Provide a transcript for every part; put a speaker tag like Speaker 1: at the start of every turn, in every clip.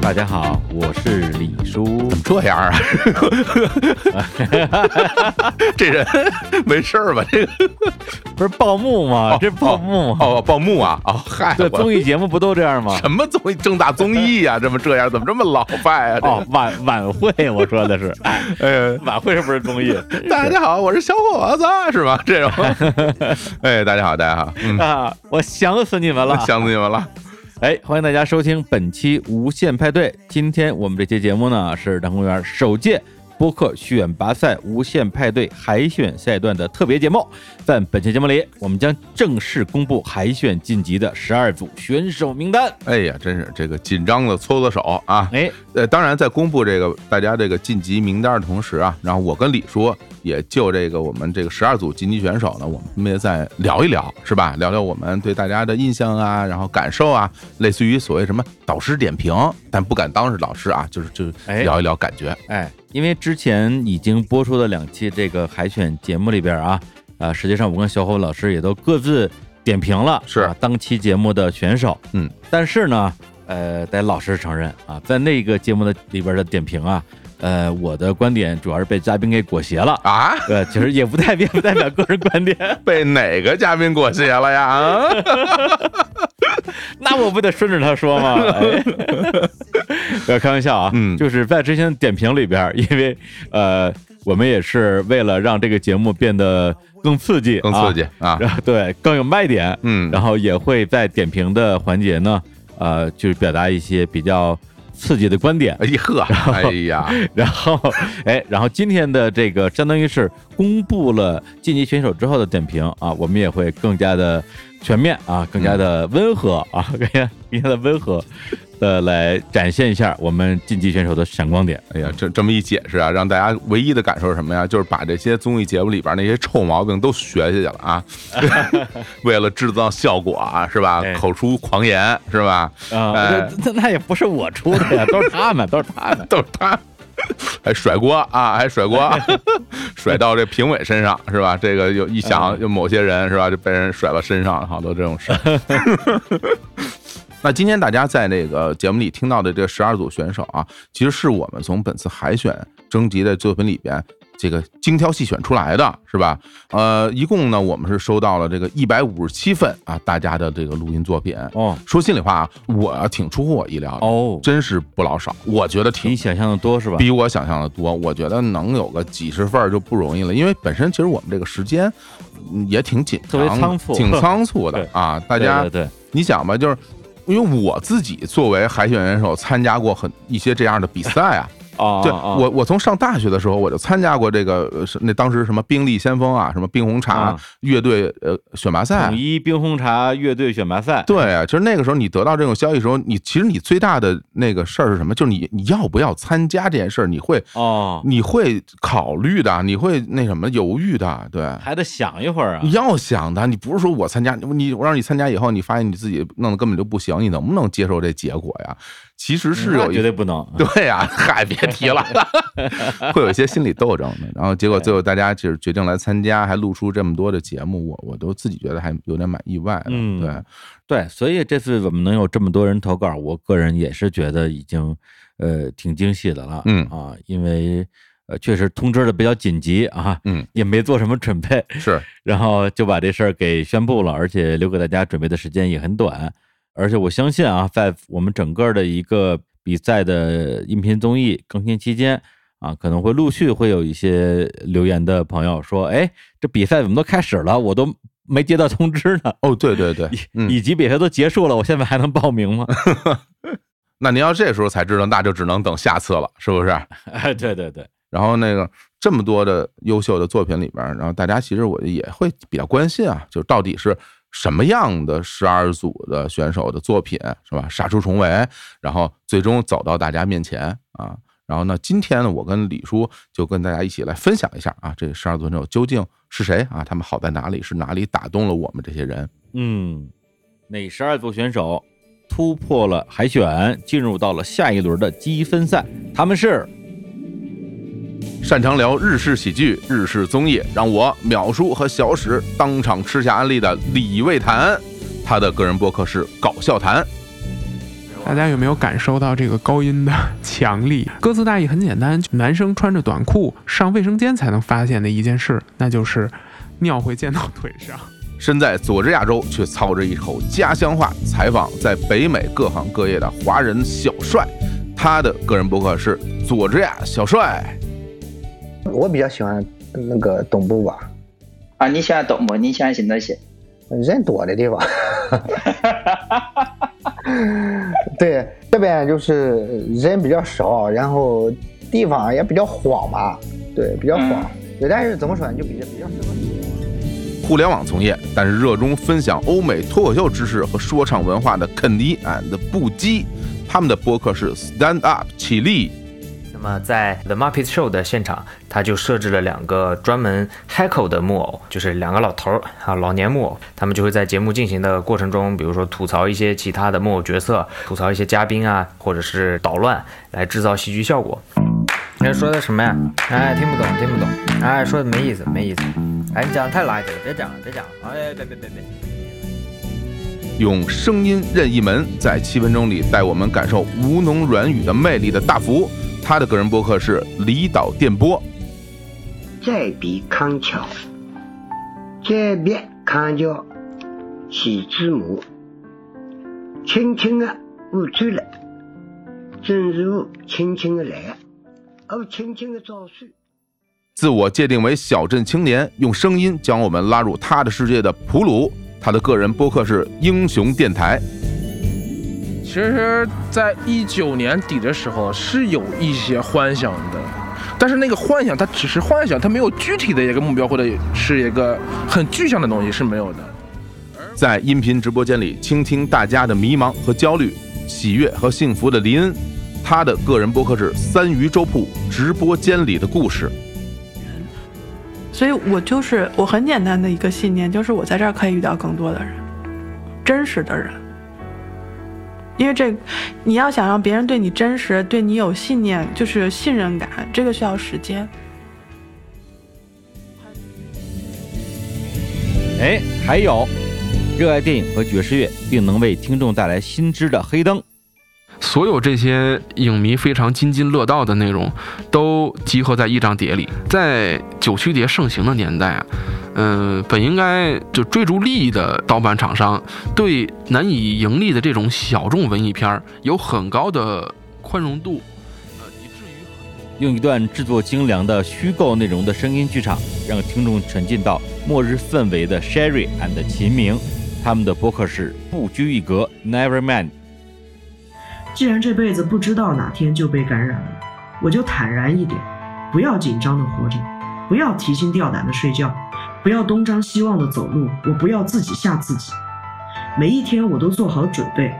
Speaker 1: 大家好，我是李叔。
Speaker 2: 这 样啊？这人没事儿吧？这个
Speaker 1: 不是报幕吗？
Speaker 2: 哦
Speaker 1: 这报幕，
Speaker 2: 哦，报幕啊！哦，嗨，
Speaker 1: 这
Speaker 2: 我
Speaker 1: 综艺节目不都这样吗？
Speaker 2: 什么综艺正大综艺呀、这么这样，怎么这么老派啊？这
Speaker 1: 哦，晚晚会，我说的是， 哎，
Speaker 2: 呃，
Speaker 1: 晚会是不是综艺
Speaker 2: 大家好，我是小伙子，是吧？这种，哎，大家好，大家好，嗯，
Speaker 1: 啊？我想死你们了！
Speaker 2: 想死你们了，
Speaker 1: 哎，欢迎大家收听本期《无限派对》。今天我们这期节目呢，是《大公园》首届播客选拔赛无限派对海选赛段的特别节目。在本期节目里，我们将正式公布海选晋级的十二组选手名单。
Speaker 2: 哎呀，真是这个紧张的搓搓手啊！
Speaker 1: 哎，
Speaker 2: 呃，当然，在公布这个大家这个晋级名单的同时啊，然后我跟李叔也就这个我们这个十二组晋级选手呢，我们分别再聊一聊，是吧？聊聊我们对大家的印象啊，然后感受啊，类似于所谓什么导师点评，但不敢当是老师啊，就是就是
Speaker 1: 哎
Speaker 2: 聊一聊感觉。
Speaker 1: 哎，因为之前已经播出的两期这个海选节目里边啊，啊，实际上我跟小虎老师也都各自点评了
Speaker 2: 是
Speaker 1: 啊、当期节目的选手，
Speaker 2: 嗯，
Speaker 1: 但是呢，呃，得老实承认啊，在那个节目的里边的点评啊，呃，我的观点主要是被嘉宾给裹挟了。
Speaker 2: 啊，
Speaker 1: 对，其实也不代表 不代表个人观点，
Speaker 2: 被哪个嘉宾裹挟了呀？啊，
Speaker 1: 那我不得顺着他说吗？哎、不要开玩笑啊，
Speaker 2: 嗯
Speaker 1: 就是在之前的点评里边儿，因为呃，我们也是为了让这个节目变得更刺激、
Speaker 2: 更刺激
Speaker 1: 啊，
Speaker 2: 啊！
Speaker 1: 然后对更有卖点，
Speaker 2: 嗯
Speaker 1: 然后也会在点评的环节呢，呃，就是表达一些比较刺激的观点。
Speaker 2: 哎呵，哎呀，
Speaker 1: 然后，哎，然后今天的这个相当于是公布了晋级选手之后的点评啊，我们也会更加的全面啊，更加的温和 啊，更加更加的温和的来展现一下我们晋级选手的闪光点。
Speaker 2: 哎呀，这这么一解释啊，让大家唯一的感受是什么呀？就是把这些综艺节目里边那些臭毛病都学下去了啊， 为了制造效果啊，是吧
Speaker 1: 哎？
Speaker 2: 口出狂言是吧？
Speaker 1: 啊、
Speaker 2: 哎
Speaker 1: 那那也不是我出的 呀，都是他们，都是他们。
Speaker 2: 都是他，还甩锅啊，还甩锅，甩到这评委身上是吧？这个有一想，有某些人是吧，就被人甩到身上，好多这种事。 那今天大家在这个节目里听到的这十二组选手啊，其实是我们从本次海选征集的作品里边这个精挑细选出来的，是吧？呃，一共呢，我们是收到了这个一百五十七份啊，大家的这个录音作品。
Speaker 1: 哦
Speaker 2: 说心里话啊，我挺出乎我意料的，
Speaker 1: 哦，
Speaker 2: 真是不老少，我觉得
Speaker 1: 比
Speaker 2: 挺
Speaker 1: 你想象的多是吧？
Speaker 2: 比我想象的多。我觉得能有个几十份儿就不容易了，因为本身其实我们这个时间嗯也挺紧张的，
Speaker 1: 特别仓促
Speaker 2: 挺仓促的
Speaker 1: 对
Speaker 2: 啊。大家
Speaker 1: 对对对，
Speaker 2: 你想吧，就是因为我自己作为海选选手，参加过很一些这样的比 赛啊。
Speaker 1: 哦，
Speaker 2: 对
Speaker 1: 哦哦
Speaker 2: 我，我从上大学的时候我就参加过这个呃是那当时什么冰力先锋啊，什么冰红茶
Speaker 1: 啊
Speaker 2: 乐队呃选拔赛
Speaker 1: 统。一冰红茶乐队选拔赛。
Speaker 2: 对啊，其实那个时候你得到这种消息的时候，你其实你最大的那个事儿是什么？就是你你要不要参加这件事儿，你会
Speaker 1: 哦，
Speaker 2: 你会考虑的，你会那什么犹豫的，对。
Speaker 1: 还得想一会儿啊
Speaker 2: 你。要想的，你不是说我参加你，我让你参加以后，你发现你自己弄得根本就不行，你能不能接受这结果呀？其实是
Speaker 1: 那
Speaker 2: 有
Speaker 1: 绝
Speaker 2: 一
Speaker 1: 对不能。
Speaker 2: 对呀、嗨，别提了，会有一些心理斗争的。然后结果最后大家就是决定来参加，还录出这么多的节目，我我都自己觉得还有点蛮意外的。
Speaker 1: 嗯
Speaker 2: 对，
Speaker 1: 对，所以这次我们能有这么多人投稿，我个人也是觉得已经呃挺惊喜的了，
Speaker 2: 嗯
Speaker 1: 啊，因为呃确实通知的比较紧急啊，
Speaker 2: 嗯，
Speaker 1: 也没做什么准备，
Speaker 2: 是
Speaker 1: 然后就把这事儿给宣布了，而且留给大家准备的时间也很短，而且我相信啊，在我们整个的一个比赛的音频综艺更新期间啊，可能会陆续会有一些留言的朋友说，哎，这比赛怎么都开始了，我都没接到通知呢。
Speaker 2: 哦，对对对，嗯，
Speaker 1: 以及比赛都结束了，我现在还能报名吗？
Speaker 2: 那您要这时候才知道，那就只能等下次了，是不是？
Speaker 1: 哎，对对对，
Speaker 2: 然后那个这么多的优秀的作品里边儿，然后大家其实我也会比较关心啊，就到底是什么样的十二组的选手的作品是吧？杀出重围，然后最终走到大家面前啊。然后呢，今天呢，我跟李叔就跟大家一起来分享一下啊，这十二组选手究竟是谁啊？他们好在哪里？是哪里打动了我们这些人？
Speaker 1: 嗯，哪十二组选手突破了海选，进入到了下一轮的积分赛？他们是
Speaker 2: 擅长聊日式喜剧、日式综艺，让我淼叔和小史当场吃下安利的李卫谈，他的个人播客是搞笑谈。
Speaker 3: 大家有没有感受到这个高音的强力？ 歌词大意很简单，男生穿着短裤上卫生间才能发现的一件事，那就是尿会溅到腿上。
Speaker 2: 身在佐治亚州，却操着一口家乡话。采访在北美各行各业的华人小帅，他的个人博客是佐治亚小帅。
Speaker 4: 我比较喜欢那个东部吧，
Speaker 5: 啊，你喜欢懂不？你喜欢新东西？
Speaker 4: 人多的地方。对，这边就是人比较少，然后地方也比较荒吧，对，比较荒。对，但是怎么说呢，就比较比较适合。
Speaker 2: 互联网从业，但是热衷分享欧美脱口秀知识和说唱文化的肯尼 and 布基，他们的播客是 Stand Up 起立。
Speaker 6: 那么在 The Muppet Show 的现场，他就设置了两个专门 heckle 的木偶，就是两个老头儿啊，老年木偶，他们就会在节目进行的过程中，比如说吐槽一些其他的木偶角色，吐槽一些嘉宾啊，或者是捣乱，来制造戏剧效果。哎，说的什么呀？哎，听不懂，听不懂。哎，说的没意思，没意思。哎，你讲的太垃圾了，别讲了，别讲了。哎，别别别别。
Speaker 2: 用声音任意门，在七分钟里带我们感受吴侬软语的魅力的大福。他的个人播客是离岛电波。
Speaker 7: 这比康桥，这别康桥，喜之母，轻轻的我走了，正如轻轻的来，我轻轻的招手。
Speaker 2: 自我界定为小镇青年，用声音将我们拉入他的世界的普鲁。他的个人播客是英雄电台。
Speaker 8: 其实，在一九年底的时候是有一些幻想的，但是那个幻想它只是幻想，它没有具体的一个目标或者是一个很具象的东西是没有的。
Speaker 2: 在音频直播间里倾听大家的迷茫和焦虑、喜悦和幸福的林恩，他的个人播客是三鱼粥铺直播间里的故事。
Speaker 9: 所以我就是我很简单的一个信念，就是我在这儿可以遇到更多的人，真实的人。因为这，你要想让别人对你真实，对你有信念，就是信任感，这个需要时间。
Speaker 1: 哎，还有，热爱电影和爵士乐，并能为听众带来新知的黑灯。
Speaker 10: 所有这些影迷非常津津乐道的内容，都集合在一张碟里。在九曲碟盛行的年代啊，嗯、本应该就追逐利益的盗版厂商，对难以盈利的这种小众文艺片儿有很高的宽容度，呃，以至于
Speaker 1: 用一段制作精良的虚构内容的声音剧场，让听众沉浸到末日氛围的 Sherry and 秦明，他们的播客是不拘一格 Never Mind。
Speaker 11: 既然这辈子不知道哪天就被感染了，我就坦然一点，不要紧张的活着，不要提心吊胆的睡觉，不要东张西望的走路，我不要自己吓自己。每一天我都做好准备。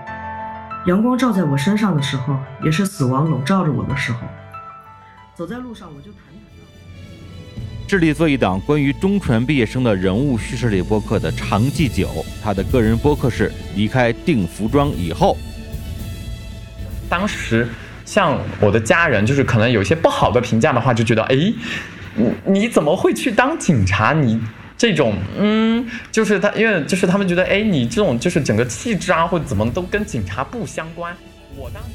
Speaker 11: 阳光照在我身上的时候，也是死亡笼罩着我的时候。走在路上，我就坦坦荡荡。
Speaker 1: 致力做一档关于中传毕业生的人物叙事类播客的常记久，他的个人播客是离开定服装以后。
Speaker 12: 当时像我的家人，就是可能有一些不好的评价的话，就觉得，诶，你你怎么会去当警察？你这种，嗯，就是他，因为就是他们觉得，诶，你这种就是整个气质啊，或者怎么都跟警察不相关。我当时。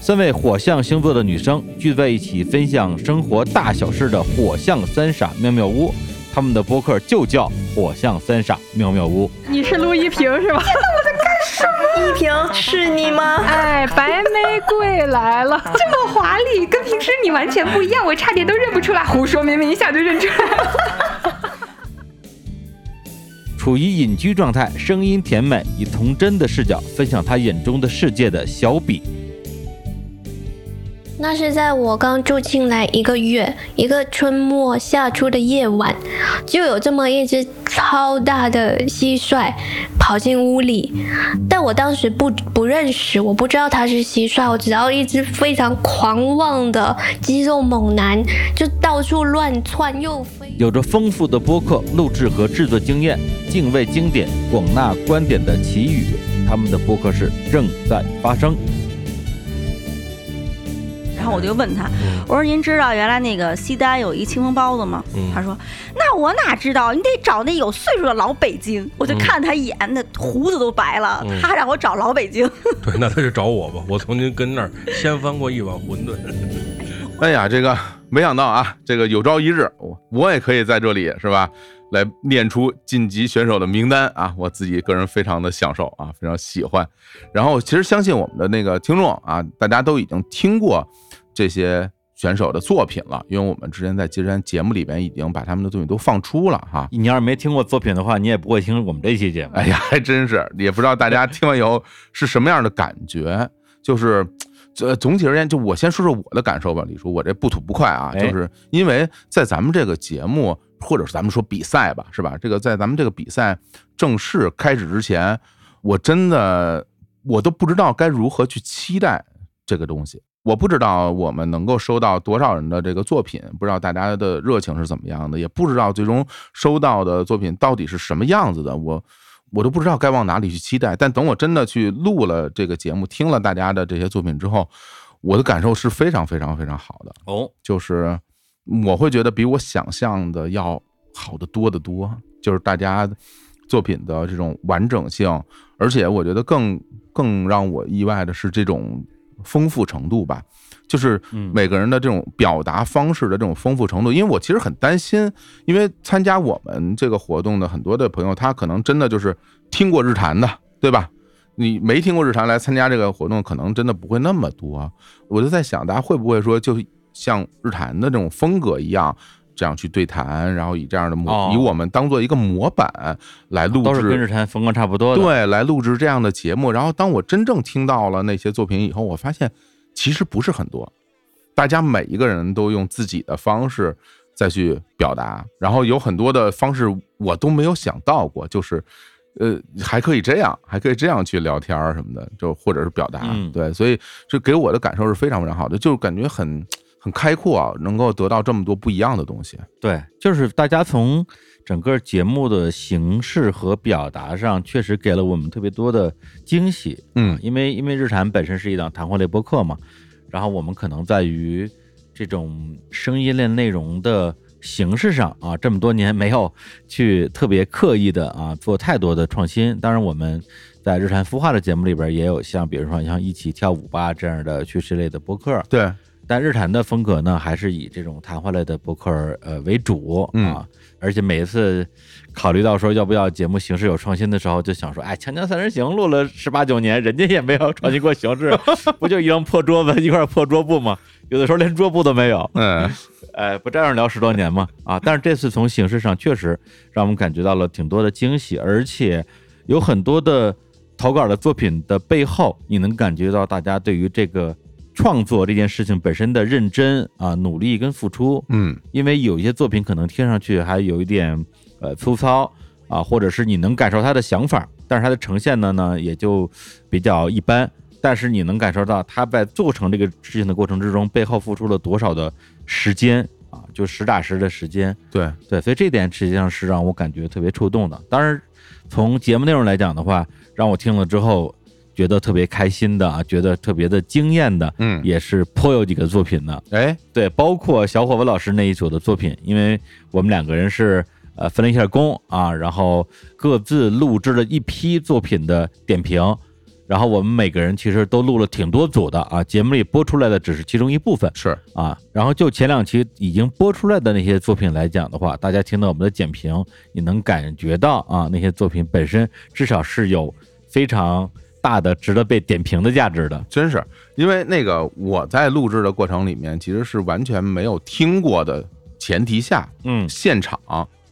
Speaker 1: 三位火象星座的女生聚在一起，分享生活大小事的火象三傻妙妙屋，他们的播客就叫火象三傻妙妙屋。
Speaker 13: 你是陆一平是吧？
Speaker 14: 一平是你吗？
Speaker 13: 哎，白玫瑰来了，
Speaker 14: 这么华丽，跟平时你完全不一样，我差点都认不出来。胡说，明明一下就认出来了。
Speaker 1: 处于隐居状态，声音甜美，以童真的视角分享他眼中的世界的小比。
Speaker 15: 那是在我刚住进来一个月，一个春末夏初的夜晚，就有这么一只超大的蟋蟀跑进屋里，但我当时不不认识，我不知道它是蟋蟀，我只知道一只非常狂妄的肌肉猛男就到处乱窜，又飞。
Speaker 1: 有着丰富的播客录制和制作经验，敬畏经典、广纳观点的奇宇，他们的播客是正在发生。
Speaker 16: 后我就问他，我说您知道原来那个西单有一清风包子吗？
Speaker 17: 嗯
Speaker 16: 他说那我哪知道，你得找那有岁数的老北京。我就
Speaker 17: 嗯
Speaker 16: 看他一眼，那胡子都白了，
Speaker 17: 嗯
Speaker 16: 他让我找老北京。
Speaker 17: 对，那他就找我吧。 我曾经跟那儿掀翻过一碗馄饨。
Speaker 2: 哎呀，这个没想到啊，这个有朝一日我我也可以在这里是吧，来念出晋级选手的名单啊，我自己个人非常的享受啊，非常喜欢。然后其实相信我们的那个听众啊，大家都已经听过这些选手的作品了，因为我们之前在金山节目里边已经把他们的作品都放出了哈。
Speaker 1: 你要是没听过作品的话，你也不会听我们这期节目。
Speaker 2: 哎呀， 还真是，也不知道大家听完以后是什么样的感觉。就是，这总体而言，就我先说说我的感受吧，李叔，我这不吐不快啊，
Speaker 1: 哎
Speaker 2: 就是因为在咱们这个节目，或者是咱们说比赛吧，是吧？这个在咱们这个比赛正式开始之前，我真的我都不知道该如何去期待这个东西。我不知道我们能够收到多少人的这个作品，不知道大家的热情是怎么样的，也不知道最终收到的作品到底是什么样子的。我我都不知道该往哪里去期待。但等我真的去录了这个节目，听了大家的这些作品之后，我的感受是非常非常非常好的。
Speaker 1: 哦，
Speaker 2: 就是我会觉得比我想象的要好得多得多，就是大家作品的这种完整性，而且我觉得更更让我意外的是这种丰富程度吧，就是
Speaker 1: 嗯
Speaker 2: 每个人的这种表达方式的这种丰富程度。因为我其实很担心，因为参加我们这个活动的很多的朋友，他可能真的就是听过日坛的，对吧？你没听过日坛来参加这个活动，可能真的不会那么多。我就在想，大家会不会说，就像日坛的这种风格一样，这样去对谈，然后以这样的模，
Speaker 1: 哦啊
Speaker 2: 以我们当做一个模板来录制，
Speaker 1: 都是跟日坛风格差不多的。
Speaker 2: 对，来录制这样的节目。然后当我真正听到了那些作品以后，我发现其实不是很多，大家每一个人都用自己的方式再去表达，然后有很多的方式我都没有想到过，就是。呃，还可以这样，还可以这样去聊天儿什么的，就或者是表达，
Speaker 1: 嗯
Speaker 2: 对，所以这给我的感受是非常非常好的，就是感觉很很开阔啊，能够得到这么多不一样的东西。
Speaker 1: 对，就是大家从整个节目的形式和表达上，确实给了我们特别多的惊喜。
Speaker 2: 嗯，
Speaker 1: 啊因为因为日产本身是一档谈话类播客嘛，然后我们可能在于这种声音类内容的形式上啊，这么多年没有去特别刻意的啊做太多的创新。当然，我们在日产孵化的节目里边也有像比如说像一起跳舞吧这样的叙事类的播客。
Speaker 2: 对，
Speaker 1: 但日坛的风格呢，还是以这种谈话类的博客呃为主啊。
Speaker 2: 嗯
Speaker 1: 而且每一次考虑到说要不要节目形式有创新的时候，就想说，哎，《锵锵三人行》录了十八九年，人家也没有创新过形式，不就一张破桌子一块破桌布吗？有的时候连桌布都没有。
Speaker 2: 嗯，
Speaker 1: 哎，不照样聊十多年吗？啊，但是这次从形式上确实让我们感觉到了挺多的惊喜，而且有很多的投稿的作品的背后，你能感觉到大家对于这个创作这件事情本身的认真啊、努力跟付出。
Speaker 2: 嗯，
Speaker 1: 因为有一些作品可能听上去还有一点呃粗糙啊，或者是你能感受他的想法，但是他的呈现呢呢也就比较一般。但是你能感受到他在做成这个事情的过程之中，背后付出了多少的时间啊，就实打实的时间。
Speaker 2: 对
Speaker 1: 对，所以这点实际上是让我感觉特别触动的。当然，从节目内容来讲的话，让我听了之后觉得特别开心的啊，觉得特别的惊艳的，
Speaker 2: 嗯
Speaker 1: 也是颇有几个作品的。
Speaker 2: 哎，
Speaker 1: 对，包括小伙伴老师那一组的作品，因为我们两个人是呃分了一下工啊，然后各自录制了一批作品的点评。然后我们每个人其实都录了挺多组的啊，节目里播出来的只是其中一部分，
Speaker 2: 是
Speaker 1: 啊。然后就前两期已经播出来的那些作品来讲的话，大家听到我们的简评，你能感觉到啊，那些作品本身至少是有非常大的值得被点评的价值的。
Speaker 2: 真是，因为那个我在录制的过程里面，其实是完全没有听过的前提下，
Speaker 1: 嗯，
Speaker 2: 现场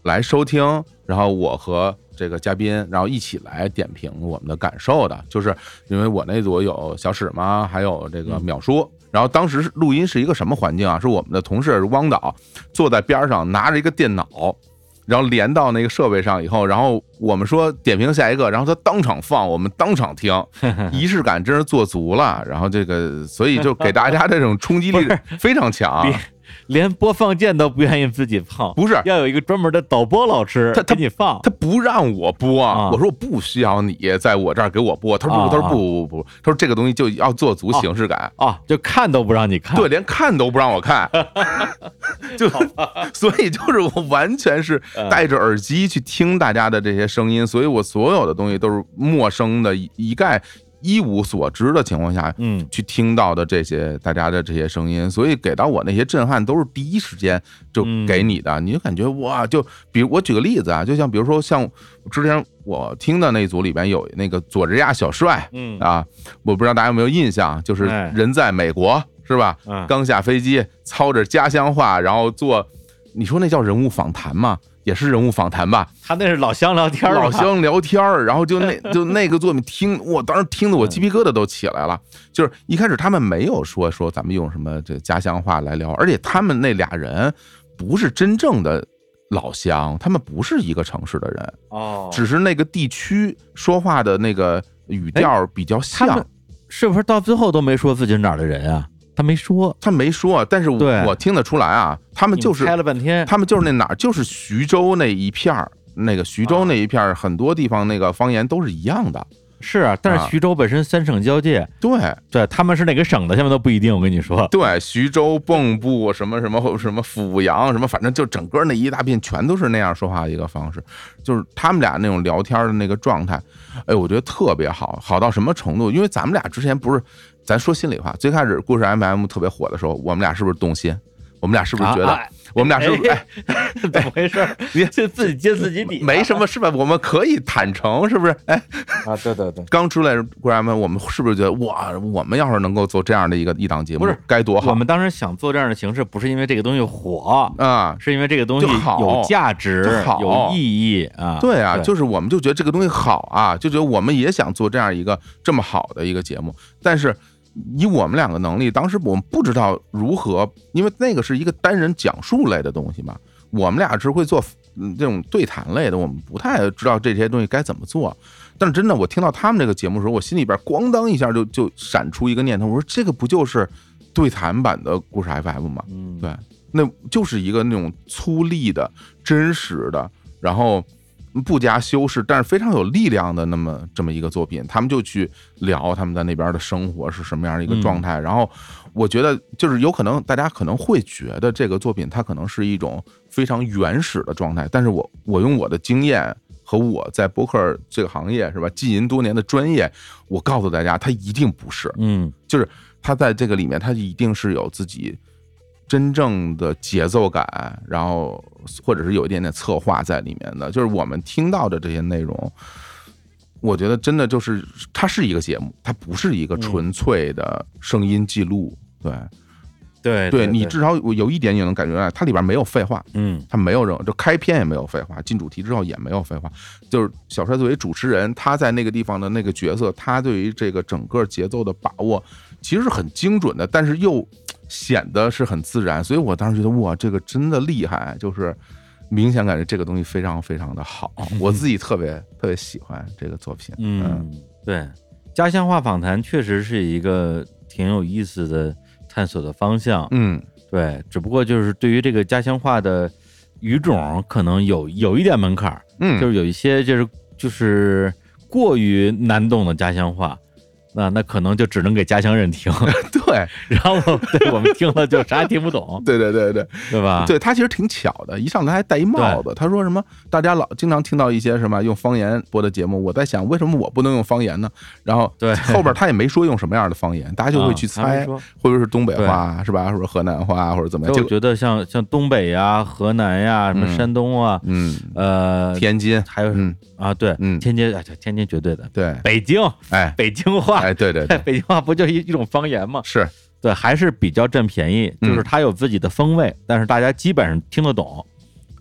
Speaker 2: 来收听，然后我和这个嘉宾，然后一起来点评我们的感受的，就是因为我那组有小史嘛，还有这个淼叔。然后当时是录音是一个什么环境啊？是我们的同事汪导坐在边上拿着一个电脑，然后连到那个设备上以后，然后我们说点评下一个，然后他当场放，我们当场听，仪式感真是做足了。然后这个，所以就给大家这种冲击力非常强。啊
Speaker 1: 连播放键都不愿意自己放，
Speaker 2: 不是
Speaker 1: 要有一个专门的导播老师
Speaker 2: 他他
Speaker 1: 给你放，
Speaker 2: 他不让我播，我说我不需要你在我这儿给我播。他说
Speaker 1: 啊
Speaker 2: 不，他说不不不，他说这个东西就要做足形式感
Speaker 1: 啊，就看都不让你看，
Speaker 2: 对，连看都不让 我看，就 所以就是我完全是
Speaker 1: 嗯
Speaker 2: 戴着耳机去听大家的这些声音，所以我所有的东西都是陌生的，一一概。一无所知的情况下，
Speaker 1: 嗯，
Speaker 2: 去听到的这些大家的这些声音，所以给到我那些震撼都是第一时间就
Speaker 1: 嗯
Speaker 2: 给你的，你就感觉哇，就比如我举个例子啊，就像比如说像之前我听的那组里边有那个佐治亚小帅，
Speaker 1: 嗯
Speaker 2: 啊，我不知道大家有没有印象，啊就是
Speaker 1: 哎
Speaker 2: 人在美国是吧？
Speaker 1: 嗯
Speaker 2: 刚下飞机，操着家乡话，然后做，你说那叫人物访谈吗？也是人物访谈吧，
Speaker 1: 他那是老乡聊天儿吧，啊
Speaker 2: 老乡聊天儿，然后 就那就那个作品听，我当时听的
Speaker 1: 嗯
Speaker 2: 我鸡皮疙瘩都起来了。就是一开始他们没有说说咱们用什么这家乡话来聊，而且他们那俩人不是真正的老乡，他们不是一个城市的人，
Speaker 1: 哦，
Speaker 2: 只是那个地区说话的那个语调比较
Speaker 1: 哎他
Speaker 2: 像
Speaker 1: 们。是不是到最后都没说自己是哪儿的人啊？他没说，
Speaker 2: 他没说，但是我
Speaker 1: 对
Speaker 2: 我听得出来啊，他们就是
Speaker 1: 你们猜了半天
Speaker 2: 他们就是那哪儿，就是徐州那一片儿，那个徐
Speaker 1: 啊
Speaker 2: 州那一片儿，很多地方那个方言都是一样的。
Speaker 1: 是啊，但是
Speaker 2: 啊
Speaker 1: 徐州本身三省交界，
Speaker 2: 对
Speaker 1: 对，他们是哪个省的，下面都不一定。我跟你说，
Speaker 2: 对，徐州、蚌埠什么什么什么阜阳什么，反正就整个那一大片全都是那样说话的一个方式，就是他们俩那种聊天的那个状态，哎，我觉得特别好，好到什么程度？因为咱们俩之前不是，咱说心里话，最开始故事 MM 特别火的时候，我们俩是不是动心？我们俩是不是觉得？
Speaker 1: 啊哎
Speaker 2: 我们俩是不是？哎，
Speaker 1: 怎么回事儿？
Speaker 2: 你
Speaker 1: 就自己揭自己底，
Speaker 2: 没什么是吧？我们可以坦诚，是不是？哎，
Speaker 1: 啊，对对对，
Speaker 2: 刚出来故事 MM，我们是不是觉得哇，我们要是能够做这样的一个一档节目，
Speaker 1: 不是
Speaker 2: 该多好？
Speaker 1: 我们当时想做这样的形式，不是因为这个东西火
Speaker 2: 啊，
Speaker 1: 是因为这个东西
Speaker 2: 就好
Speaker 1: 有价值
Speaker 2: 就、好
Speaker 1: 有意义啊。
Speaker 2: 对啊，就是是我们就觉得这个东西好啊，就觉得我们也想做这样一个这么好的一个节目，但是以我们两个能力，当时我们不知道如何，因为那个是一个单人讲述类的东西嘛，我们俩只会做嗯这种对谈类的，我们不太知道这些东西该怎么做。但是真的，我听到他们这个节目的时候，我心里边咣当一下就就闪出一个念头，我说这个不就是对谈版的故事 FM 吗？
Speaker 1: 嗯，
Speaker 2: 对，那就是一个那种粗粝的、真实的，然后不加修饰，但是非常有力量的那么这么一个作品。他们就去聊他们在那边的生活是什么样的一个状态，然后我觉得就是有可能大家可能会觉得这个作品它可能是一种非常原始的状态，但是我我用我的经验。和我在播客这个行业是吧，经营多年的专业，我告诉大家，它一定不是。
Speaker 1: 嗯，
Speaker 2: 就是他在这个里面，他一定是有自己真正的节奏感，然后或者是有一点点策划在里面的。就是我们听到的这些内容，我觉得真的就是它是一个节目，它不是一个纯粹的声音记录。
Speaker 1: 对
Speaker 2: 对，
Speaker 1: 对
Speaker 2: 对你至少有一点你能感觉到，它里边没有废话。
Speaker 1: 嗯
Speaker 2: 他没有任何，就开篇也没有废话，进主题之后也没有废话。就是小帅作为主持人，他在那个地方的那个角色，他对于这个整个节奏的把握其实是很精准的，但是又显得是很自然。所以我当时觉得，哇，这个真的厉害，就是明显感觉这个东西非常非常的好，我自己特别特别喜欢这个作品。
Speaker 1: 嗯，对，家乡话访谈确实是一个挺有意思的探索的方向。
Speaker 2: 嗯，
Speaker 1: 对，只不过就是对于这个家乡话的语种，可能有有一点门槛儿，
Speaker 2: 嗯
Speaker 1: 就是有一些就是就是过于难懂的家乡话。那那可能就只能给家乡人听，
Speaker 2: 对，
Speaker 1: 然后对我们听了就啥也听不懂，
Speaker 2: 对对对对，
Speaker 1: 对吧？
Speaker 2: 对他其实挺巧的，一上来还戴一帽子。他说什么？大家老经常听到一些什么用方言播的节目，我在想为什么我不能用方言呢？然后
Speaker 1: 对
Speaker 2: 后边他也没说用什么样的方 言，大家就会去
Speaker 1: 啊他没
Speaker 2: 猜，
Speaker 1: 说
Speaker 2: 会不会是东北话是吧？或者河南话或者怎么
Speaker 1: 所
Speaker 2: 样？
Speaker 1: 以
Speaker 2: 结
Speaker 1: 我
Speaker 2: 果
Speaker 1: 觉得像像东北呀、河南呀、什么
Speaker 2: 嗯
Speaker 1: 山东啊，
Speaker 2: 嗯，
Speaker 1: 呃，
Speaker 2: 天津
Speaker 1: 还有
Speaker 2: 嗯
Speaker 1: 啊，对，
Speaker 2: 嗯
Speaker 1: 天津，哎，天津绝对的，
Speaker 2: 对
Speaker 1: 北京，
Speaker 2: 哎，
Speaker 1: 北京话，，
Speaker 2: 哎，对对对
Speaker 1: 北京话不就一一种方言吗？
Speaker 2: 是
Speaker 1: 对，还是比较占便宜，就是
Speaker 2: 嗯
Speaker 1: 它有自己的风味，但是大家基本上听得懂。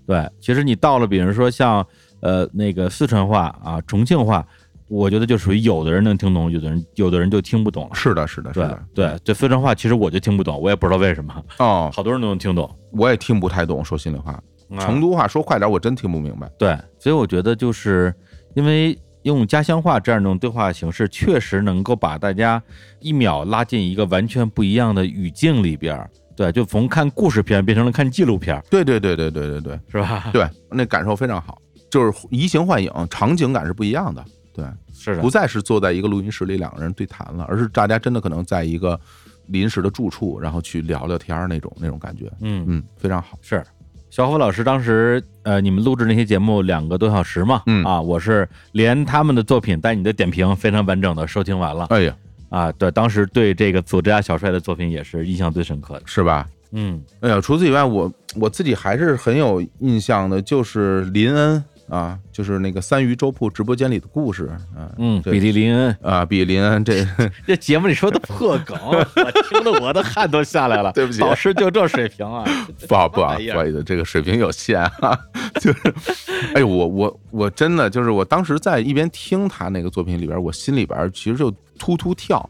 Speaker 1: 对，其实你到了，比如说像呃那个四川话啊、重庆话，我觉得就属于有的人能听懂，有的人有的人就听不懂了。
Speaker 2: 是的，是的，是
Speaker 1: 对
Speaker 2: 的。
Speaker 1: 对，这四川话其实我就听不懂，我也不知道为什么，
Speaker 2: 哦，
Speaker 1: 好多人都能听懂。
Speaker 2: 我也听不太懂，说心里话，
Speaker 1: 啊
Speaker 2: 成都话说快点，我真听不明白。
Speaker 1: 对，所以我觉得就是因为用家乡话这样一种对话形式，确实能够把大家一秒拉进一个完全不一样的语境里边儿，对，就从看故事片变成了看纪录片，
Speaker 2: 对对对对对对对，
Speaker 1: 是吧？
Speaker 2: 对，那感受非常好，就是移形换影，场景感是不一样的。对，
Speaker 1: 是的
Speaker 2: 不再是坐在一个录音室里两个人对谈了，而是大家真的可能在一个临时的住处，然后去聊聊天儿那种那种感觉。
Speaker 1: 嗯
Speaker 2: 嗯，非常好。
Speaker 1: 是，小虎老师当时呃，你们录制那些节目两个多小时嘛，嗯啊，我是连他们的作品带你的点评非常完整的收听完了。
Speaker 2: 哎呀，
Speaker 1: 啊，对，当时对这个佐治亚小帅的作品也是印象最深刻的，
Speaker 2: 是吧？
Speaker 1: 嗯，
Speaker 2: 哎呀，除此以外，我我自己还是很有印象的，就是林恩啊，就是那个三鱼粥铺直播间里的故事啊，
Speaker 1: 嗯
Speaker 2: 对
Speaker 1: 比利林恩
Speaker 2: 啊，比利林恩这
Speaker 1: 这节目里说的破 梗，我听得我的汗都下来了。
Speaker 2: 对不起
Speaker 1: 老师就这水平 啊！
Speaker 2: 不好不好，
Speaker 1: 什么玩意
Speaker 2: 不
Speaker 1: 儿
Speaker 2: 好意思，这个水平有限啊。 就是，哎呦，我我我真的就是，我当时在一边听他那个作品里边，我心里边其实就突突跳，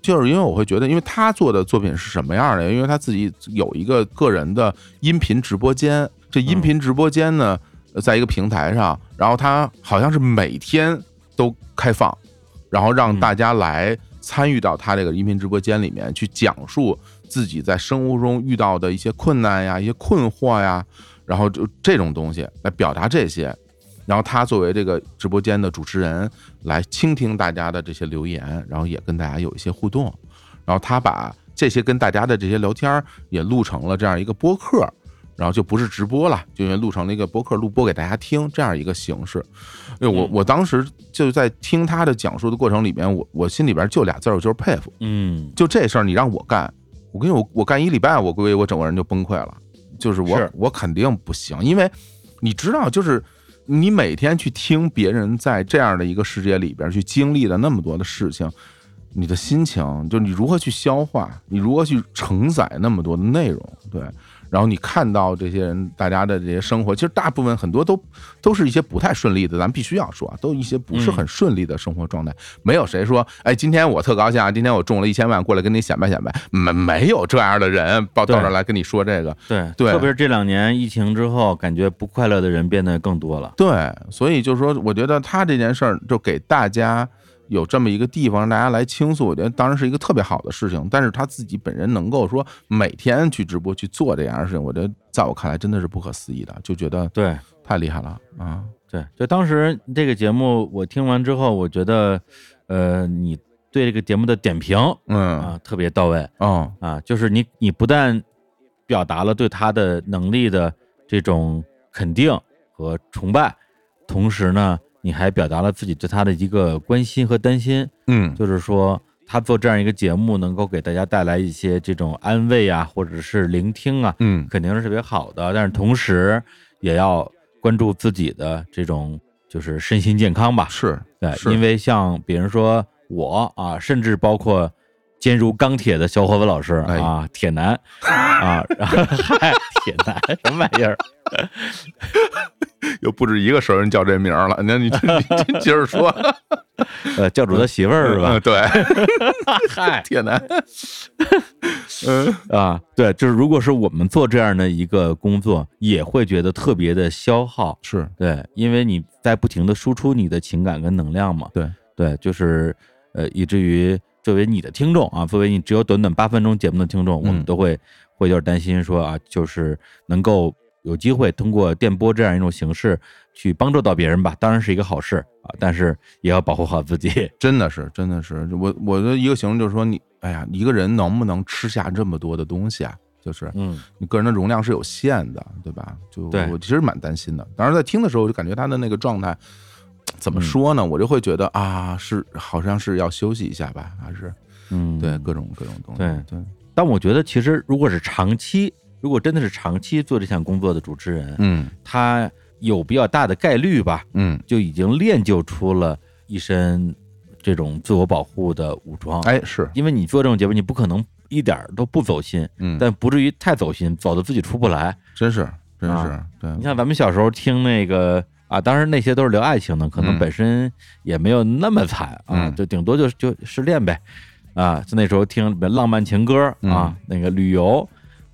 Speaker 2: 就是因为我会觉得，因为他做的作品是什么样的？因为他自己有一个个人的音频直播间，这音频直播间呢，呃在一个平台上，然后他好像是每天都开放，然后让大家来参与到他这个音频直播间里面去讲述自己在生活中遇到的一些困难呀、一些困惑呀，然后就这种东西来表达这些。然后他作为这个直播间的主持人，来倾听大家的这些留言，然后也跟大家有一些互动。然后他把这些跟大家的这些聊天儿也录成了这样一个播客，然后就不是直播了，就因为录成了一个播客录播给大家听这样一个形式。哎，我我当时就在听他的讲述的过程里面，我我心里边就俩字儿，我就是佩服。
Speaker 1: 嗯，
Speaker 2: 就这事儿你让我干，我跟你我我干一礼拜，我估计我整个人就崩溃了。就是我
Speaker 1: 是
Speaker 2: 我肯定不行，因为你知道，就是你每天去听别人在这样的一个世界里边去经历了那么多的事情，你的心情，就你如何去消化，你如何去承载那么多的内容，对。然后你看到这些人大家的这些生活，其实大部分很多都都是一些不太顺利的，咱们必须要说啊，都一些不是很顺利的生活状态。没有谁说，哎，今天我特高兴啊，今天我中了一千万，过来跟你显摆显摆，没没有这样的人到到这儿来跟你说这个，
Speaker 1: 对
Speaker 2: 对
Speaker 1: 特别是这两年疫情之后，感觉不快乐的人变得更多了。
Speaker 2: 对，所以就是说，我觉得他这件事儿就给大家有这么一个地方让大家来倾诉，我觉得当然是一个特别好的事情。但是他自己本人能够说每天去直播去做这样的事情，我觉得在我看来真的是不可思议的，就觉得
Speaker 1: 对
Speaker 2: 太厉害了啊！
Speaker 1: 对，就当时这个节目我听完之后，我觉得，呃，你对这个节目的点评，
Speaker 2: 嗯
Speaker 1: 啊，特别到位，
Speaker 2: 哦
Speaker 1: 啊，就是你你不但表达了对他的能力的这种肯定和崇拜，同时呢，你还表达了自己对他的一个关心和担心，
Speaker 2: 嗯
Speaker 1: 就是说他做这样一个节目，能够给大家带来一些这种安慰啊，或者是聆听啊，
Speaker 2: 嗯
Speaker 1: 肯定是特别好的。但是同时也要关注自己的这种就是身心健康吧。
Speaker 2: 是，
Speaker 1: 对，
Speaker 2: 是
Speaker 1: 因为像比如说我啊，甚至包括坚如钢铁的小伙子老师啊，铁 男啊，然后嗨，铁男什么玩意儿？
Speaker 2: 又不止一个熟人叫这名儿了，那你 你你接着说，
Speaker 1: 呃，教主的媳妇儿是吧？
Speaker 2: 嗯对，
Speaker 1: 嗨，
Speaker 2: 铁男，嗯
Speaker 1: 啊，对，就是如果是我们做这样的一个工作，也会觉得特别的消耗，
Speaker 2: 是
Speaker 1: 对，因为你在不停的输出你的情感跟能量嘛，
Speaker 2: 对
Speaker 1: 对，就是呃，以至于作为你的听众啊，作为你只有短短八分钟节目的听众，我
Speaker 2: 嗯
Speaker 1: 们都会、会有点担心说啊，就是能够有机会通过电波这样一种形式去帮助到别人吧，当然是一个好事啊，但是也要保护好自己，
Speaker 2: 真的是，真的是，我我的一个形容就是说你，哎呀，一个人能不能吃下这么多的东西啊？就是，
Speaker 1: 嗯，
Speaker 2: 你个人的容量是有限的，对吧？就
Speaker 1: 对
Speaker 2: 我其实蛮担心的。当时在听的时候，我就感觉他的那个状态，怎
Speaker 1: 嗯
Speaker 2: 么说呢？我就会觉得啊，是好像是要休息一下吧，还是
Speaker 1: 嗯，
Speaker 2: 对各种各种东西，
Speaker 1: 对
Speaker 2: 对，
Speaker 1: 但我觉得其实如果是长期，如果真的是长期做这项工作的主持人，
Speaker 2: 嗯
Speaker 1: 他有比较大的概率吧，
Speaker 2: 嗯，
Speaker 1: 就已经练就出了一身这种自我保护的武装。
Speaker 2: 哎，是
Speaker 1: 因为你做这种节目，你不可能一点儿都不走心，
Speaker 2: 嗯
Speaker 1: 但不至于太走心，走的自己出不来。
Speaker 2: 真是真是，
Speaker 1: 啊
Speaker 2: 对，
Speaker 1: 你像咱们小时候听那个啊，当然那些都是聊爱情的，可能
Speaker 2: 嗯
Speaker 1: 本身也没有那么惨啊，就顶多就就失恋呗啊。就那时候听浪漫情歌
Speaker 2: 嗯
Speaker 1: 啊，那个旅游，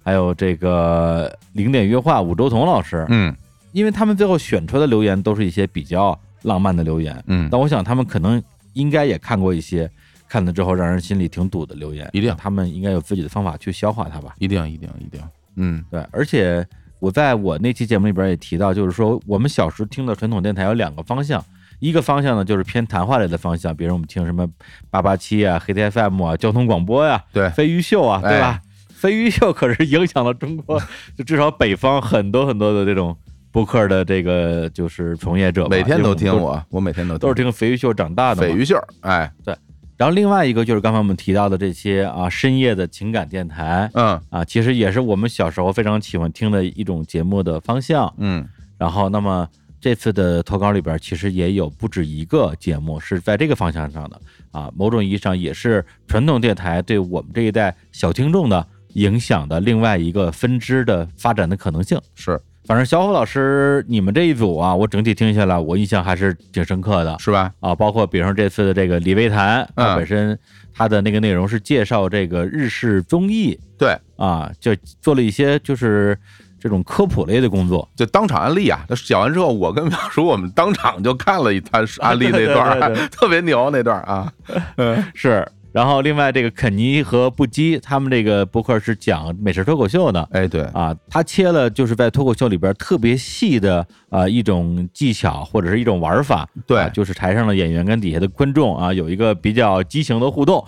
Speaker 1: 还有这个零点约话，武周彤老师，
Speaker 2: 嗯，
Speaker 1: 因为他们最后选出来的留言都是一些比较浪漫的留言，
Speaker 2: 嗯
Speaker 1: 但我想他们可能应该也看过一些。看了之后让人心里挺堵的留言，一定他们应该有自己的方法去消化它吧，
Speaker 2: 一定一定一定，嗯，
Speaker 1: 对，而且我在我那期节目里边也提到，就是说我们小时候听的传统电台有两个方向。一个方向呢，就是偏谈话类的方向，比如我们听什么八八七啊、黑 T FM 啊、交通广播呀、
Speaker 2: 对，哎
Speaker 1: 飞鱼秀啊，对吧？飞鱼秀可是影响了中国，就至少北方很多很多的这种播客的这个就是从业者吧，
Speaker 2: 每天
Speaker 1: 因为
Speaker 2: 都
Speaker 1: 我们
Speaker 2: 听我，我每天都
Speaker 1: 都是听飞鱼秀长大的嘛。
Speaker 2: 匪鱼秀，哎，
Speaker 1: 对。然后另外一个就是刚才我们提到的这些啊深夜的情感电台，
Speaker 2: 嗯
Speaker 1: 啊，其实也是我们小时候非常喜欢听的一种节目的方向，
Speaker 2: 嗯。
Speaker 1: 然后那么这次的投稿里边其实也有不止一个节目是在这个方向上的啊，某种意义上也是传统电台对我们这一代小听众的影响的另外一个分支的发展的可能性
Speaker 2: 是。
Speaker 1: 反正小虎老师，你们这一组啊，我整体听下来，我印象还是挺深刻的，
Speaker 2: 是吧？
Speaker 1: 啊，包括比如说这次的这个李维谈，它
Speaker 2: 嗯
Speaker 1: 本身它的那个内容是介绍这个日式综艺，
Speaker 2: 对
Speaker 1: 啊，就做了一些就是这种科普类的工作，
Speaker 2: 就当场案例啊，他讲完之后，我跟淼叔我们当场就看了一他案例那 段
Speaker 1: 对对对
Speaker 2: 儿， 特别牛那段儿 啊，嗯，
Speaker 1: 是。然后另外这个肯尼和布基他们这个博客是讲美食脱口秀的，
Speaker 2: 哎对
Speaker 1: 啊，他切了就是在脱口秀里边特别细的啊一种技巧或者是一种玩法，
Speaker 2: 对
Speaker 1: 啊就是台上的演员跟底下的观众啊有一个比较激情的互动，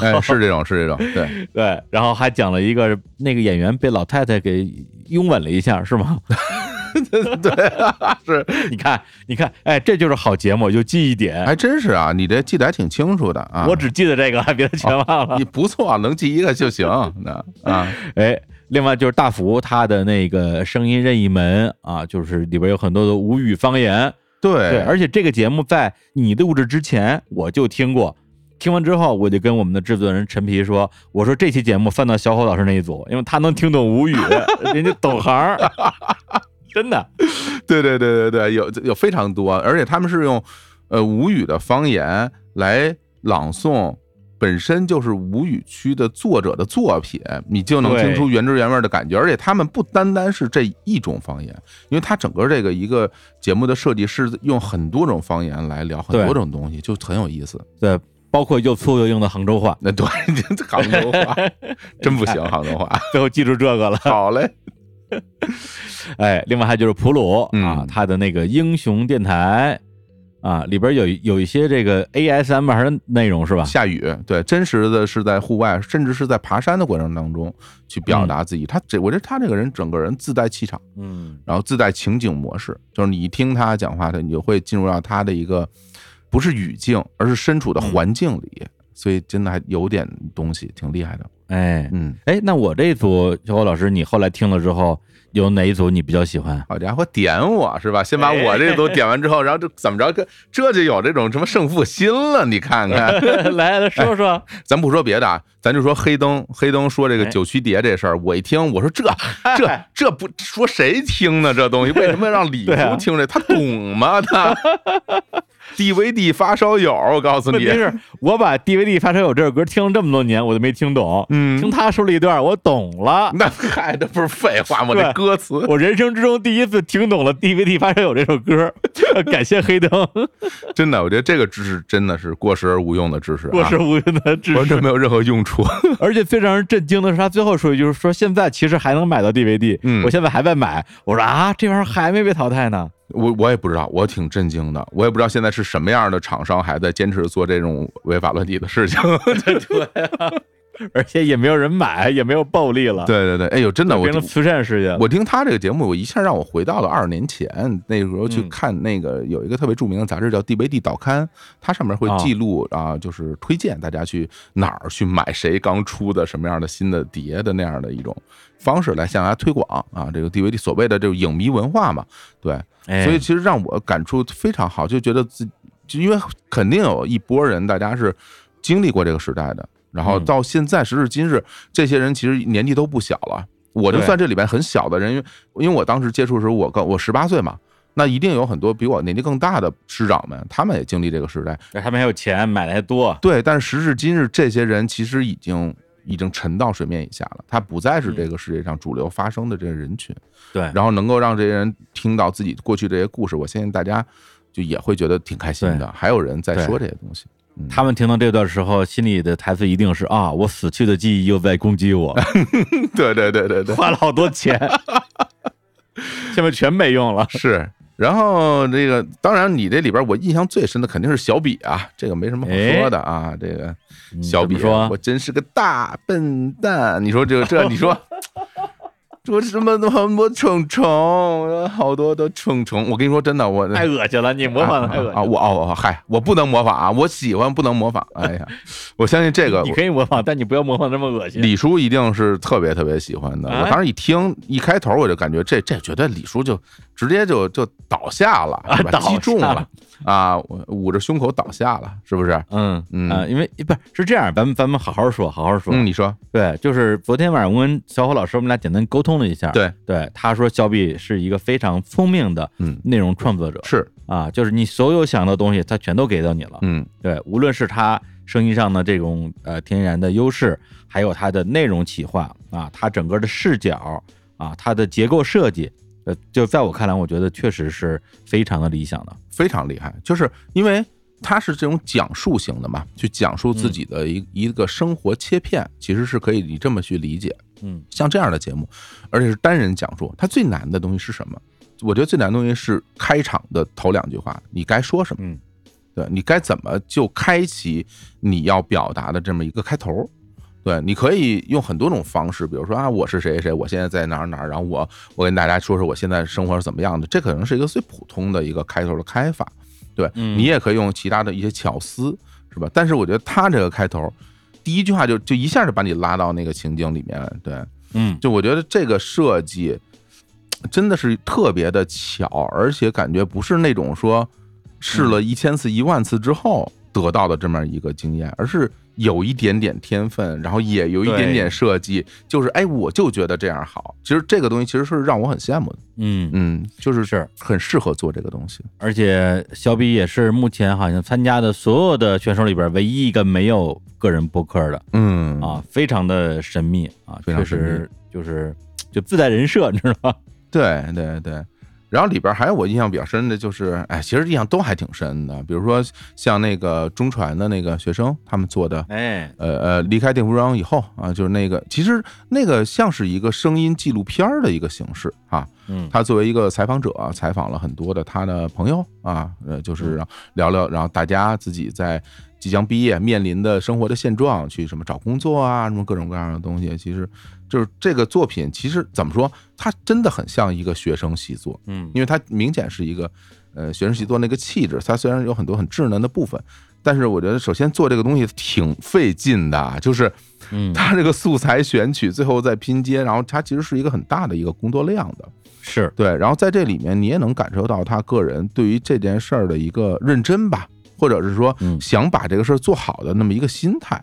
Speaker 2: 哎是这种是这种， 对，
Speaker 1: 对，然后还讲了一个那个演员被老太太给拥吻了一下，是吗？
Speaker 2: 对，
Speaker 1: 是，你看，你看，哎，这就是好节目，有记忆点，
Speaker 2: 还真是啊，你这记得还挺清楚的啊，
Speaker 1: 我只记得这个， 别的全忘了。
Speaker 2: 你不错，能记一个就 行，那啊，
Speaker 1: 哎，另外就是大福他的那个声音任意门啊，就是里边有很多的吴语方言。
Speaker 2: 对
Speaker 1: 而且这个节目在你录制之前我就听过，听完之后我就跟我们的制作人陈皮说，我说这期节目放到小虎老师那一组，因为他能听懂吴语，人家懂行儿， 真的。
Speaker 2: 对对对对对，有有非常多，而且他们是用呃吴语的方言来朗诵。本身就是吴语区的作者的作品，你就能听出
Speaker 1: 对
Speaker 2: 原汁原味的感觉。而且他们不单单是这一种方言，因为它整个这个一个节目的设计是用很多种方言来聊很
Speaker 1: 对
Speaker 2: 多种东西，就很有意思。
Speaker 1: 对，包括又粗又硬的杭州 话。
Speaker 2: 那对，杭 州话真不行，杭州话。
Speaker 1: 最后记住这个了。
Speaker 2: 好嘞。
Speaker 1: 哎，另外还就是普鲁啊，他的那个英雄电台啊，里边有有一些这个 ASMR 的内容是吧？
Speaker 2: 下雨，对，真实的是在户外，甚至是在爬山的过程当中去表达自己。他这，我觉得他这个人整个人自带气场，
Speaker 1: 嗯，
Speaker 2: 然后自带情景模式，就是你一听他讲话，他你就会进入到他的一个不是语境，而是身处的环境里，所以真的还有点东西，挺厉害的。
Speaker 1: 哎，
Speaker 2: 嗯，
Speaker 1: 哎，那我这一组小伙老师，你后来听了之后，有哪一组你比较喜欢？
Speaker 2: 好家伙，点我是吧？先把我这组点完之后，然后这怎么着？这这就有这种什么胜负心了？你看看，
Speaker 1: 来来说说，
Speaker 2: 咱不说别的，啊，咱就说黑灯，黑灯说这
Speaker 1: 哎
Speaker 2: 个九曲蝶这事儿，我一听，我说 这这这不说谁听呢？这东西为什么让 李
Speaker 1: 对啊
Speaker 2: 叔听这？他懂 吗？他 DVD 发烧友，我告诉
Speaker 1: 问
Speaker 2: 你
Speaker 1: 题，是，我把 DVD《发烧友》这首歌听了这么多年，我都没听懂。
Speaker 2: 嗯
Speaker 1: 听他说了一段，我懂了。
Speaker 2: 那嗨，这不是废话吗？
Speaker 1: 对
Speaker 2: 这歌词，
Speaker 1: 我人生之中第一次听懂了 DVD《发烧友》这首歌， 感谢黑灯，
Speaker 2: 真的，我觉得这个知识真的是过时而无用的知识、啊，
Speaker 1: 我是无用的知
Speaker 2: 完全
Speaker 1: 识。
Speaker 2: 没有任何用处。
Speaker 1: 而且最让人震惊的是，他最后说一句：“说现在其实还能买到 DVD，
Speaker 2: 嗯
Speaker 1: 我现在还在买。”我说啊，这玩意儿还没被淘汰 呢。
Speaker 2: 我我也不知道，我挺震惊的，我也不知道现在是什么样的厂商还在坚持做这种违法乱纪的事情。
Speaker 1: 而且也没有人买，也没有暴利了。
Speaker 2: 对对对，哎呦，真的，我
Speaker 1: 变成
Speaker 2: 听
Speaker 1: 慈善事业了。
Speaker 2: 我听他这个节目，我一下让我回到了二十年前，那时候去
Speaker 1: 嗯
Speaker 2: 看那个有一个特别著名的杂志叫《DVD 导刊》，它上面会记录啊，就是推荐大家去哪儿去买谁刚出的什么样的新的碟的那样的一种方式来向大家推广啊，这个 DVD 所谓的这个影迷文化嘛，对，
Speaker 1: 哎
Speaker 2: 所以其实让我感触非常好，就觉得自就因为肯定有一波人，大家是经历过这个时代的，
Speaker 1: 嗯
Speaker 2: 然后到现在时至今日，这些人其实年纪都不小了。我就
Speaker 1: 对
Speaker 2: 算这里边很小的人，因为因为我当时接触的时候，我刚我十八岁嘛，那一定有很多比我年纪更大的师长们，他们也经历这个时代。
Speaker 1: 他哎们还有钱，买的还多。
Speaker 2: 对，但是时至今日，这些人其实已经已经沉到水面以下了，他不再
Speaker 1: 嗯
Speaker 2: 是这个世界上主流发声的这个人群。
Speaker 1: 对，
Speaker 2: 然后能够让这些人听到自己过去这些故事，我相信大家就也会觉得挺开心的。还有人在说这些东西，
Speaker 1: 他们听到这段时候，心里的台词一定是啊，我死去的记忆又在攻击 我，
Speaker 2: 对对对 对对，
Speaker 1: 花了好多 钱，下面全没用了。
Speaker 2: 是，然后这个，当然你这里边我印象最深的肯定是小比啊，这个没什么好说的啊，这个小比，啊
Speaker 1: 怎哎么说
Speaker 2: 我真是个大笨蛋，你说这个这，你说。说什么那么多虫虫，好多的虫虫。我跟你说真的，我
Speaker 1: 太恶心了，你模仿的
Speaker 2: 啊
Speaker 1: 太恶心
Speaker 2: 啊！
Speaker 1: 了。
Speaker 2: 我哦哦嗨，我不能模仿啊，我喜欢不能模 仿。哎呀，我相信这个
Speaker 1: 你可以模仿，但你不要模仿那么恶心。
Speaker 2: 李叔一定是特别特别喜欢的。
Speaker 1: 啊
Speaker 2: 我当时一听一开头我就感觉这这绝对李叔就直接就就倒下了，是吧？
Speaker 1: 啊倒
Speaker 2: 击中
Speaker 1: 下
Speaker 2: 了
Speaker 1: 了
Speaker 2: 啊，我捂着胸口倒下了，是不是？
Speaker 1: 嗯
Speaker 2: 嗯
Speaker 1: 啊，因为不是是这样，咱们咱们好好说，好好说。
Speaker 2: 嗯，你说
Speaker 1: 对，就是昨天晚上我跟小火老师我们俩简单沟通了一下。
Speaker 2: 对
Speaker 1: 对，他说小比是一个非常聪明的
Speaker 2: 嗯
Speaker 1: 内容创作者。
Speaker 2: 是
Speaker 1: 啊，就是你所有想到的东西，他全都给到你了。
Speaker 2: 嗯，
Speaker 1: 对，无论是他声音上的这种呃天然的优势，还有他的内容企划啊，他整个的视角啊，他的结构设计，呃，就在我看来，我觉得确实是非常的理想的。
Speaker 2: 非常厉害，就是因为它是这种讲述型的嘛，去讲述
Speaker 1: 嗯
Speaker 2: 自己的一一个生活切片，其实是可以你这么去理解。
Speaker 1: 嗯，
Speaker 2: 像这样的节目，而且是单人讲述，它最难的东西是什么？我觉得最难的东西是开场的头两句话，你该说什么？
Speaker 1: 嗯，
Speaker 2: 对你该怎么就开启你要表达的这么一个开头？对，你可以用很多种方式，比如说啊，我是谁谁谁，我现在在哪儿哪儿，然后我我跟大家说说我现在生活是怎么样的，这可能是一个最普通的一个开头的开法。对
Speaker 1: 嗯
Speaker 2: 你也可以用其他的一些巧思，是吧？但是我觉得他这个开头，第一句话就就一下就把你拉到那个情境里面，对，
Speaker 1: 嗯，
Speaker 2: 就我觉得这个设计真的是特别的巧，而且感觉不是那种说试
Speaker 1: 嗯
Speaker 2: 了一千次、一万次之后得到的这么一个经验，而是有一点点天分，然后也有一点点
Speaker 1: 对
Speaker 2: 设计，就是哎，我就觉得这样好。其实这个东西其实是让我很羡慕的，
Speaker 1: 嗯
Speaker 2: 嗯，就是
Speaker 1: 是
Speaker 2: 很适合做这个东西。
Speaker 1: 而且小比也是目前好像参加的所有的选手里边唯一一个没有个人播客的。
Speaker 2: 嗯
Speaker 1: 啊，非常的神秘啊，
Speaker 2: 非
Speaker 1: 确
Speaker 2: 常神秘
Speaker 1: 实就是就自带人设，你知道吗？
Speaker 2: 对对对。然后里边还有我印象比较深的就是，哎，其实印象都还挺深的，比如说像那个中传的那个学生他们做的，
Speaker 1: 哎，
Speaker 2: 呃呃，离开电服庄以后啊，就是那个，其实那个像是一个声音纪录片儿的一个形式啊。
Speaker 1: 嗯
Speaker 2: 他作为一个采访者、啊采访了很多的他的朋友啊，呃，就是让聊聊，然后大家自己在即将毕业面临的生活的现状，去什么找工作啊，什么各种各样的东西。其实就是这个作品，其实怎么说，它真的很像一个学生习作，
Speaker 1: 嗯
Speaker 2: 因为它明显是一个呃学生习作那个气质，它虽然有很多很稚嫩的部分，但是我觉得首先做这个东西挺费劲的啊，就是
Speaker 1: 嗯
Speaker 2: 它这个素材选取，最后再拼接，然后它其实是一个很大的一个工作量的。
Speaker 1: 是，
Speaker 2: 对，然后在这里面你也能感受到他个人对于这件事儿的一个认真吧，或者是说想把这个事儿做好的那么一个心态，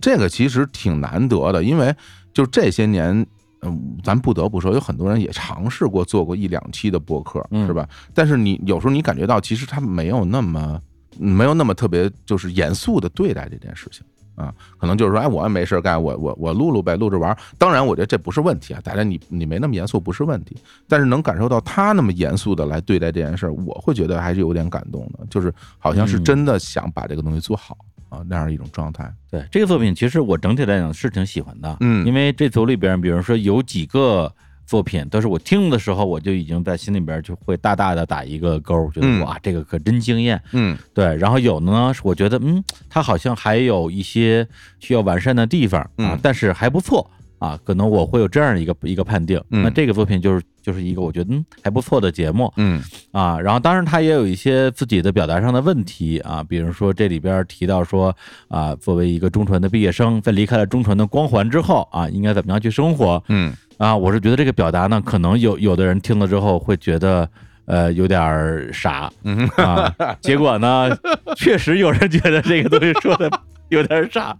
Speaker 2: 这个其实挺难得的，因为就这些年。嗯，咱不得不说，有很多人也尝试过做过一两期的播客，是吧？但是你有时候你感觉到，其实他没有那么没有那么特别就是严肃的对待这件事情啊，可能就是说，哎，我也没事儿干，我我我录录呗，录着玩儿。当然，我觉得这不是问题啊，大家你你没那么严肃不是问题，但是能感受到他那么严肃的来对待这件事儿，我会觉得还是有点感动的，就是好像是真的想把这个东西做好啊那样一种状态。
Speaker 1: 对这个作品，其实我整体来讲是挺喜欢的，
Speaker 2: 嗯
Speaker 1: 因为这组里边，比如说有几个作品，都是我听的时候，我就已经在心里边就会大大的打一个勾，觉
Speaker 2: 嗯
Speaker 1: 得哇，这个可真惊艳，
Speaker 2: 嗯
Speaker 1: 对，然后有呢，是我觉得嗯，它好像还有一些需要完善的地方啊，
Speaker 2: 嗯
Speaker 1: 但是还不错啊，可能我会有这样一个一个判定。
Speaker 2: 嗯
Speaker 1: 那这个作品就是就是一个我觉得嗯还不错的节目，
Speaker 2: 嗯
Speaker 1: 啊，然后当然他也有一些自己的表达上的问题啊，比如说这里边提到说啊，作为一个中传的毕业生，在离开了中传的光环之后啊，应该怎么样去生活？
Speaker 2: 嗯
Speaker 1: 啊，我是觉得这个表达呢，可能有有的人听了之后会觉得。呃，有点儿傻，
Speaker 2: 嗯
Speaker 1: 啊，结果 呢，确实有人觉得这个东西说的有点儿傻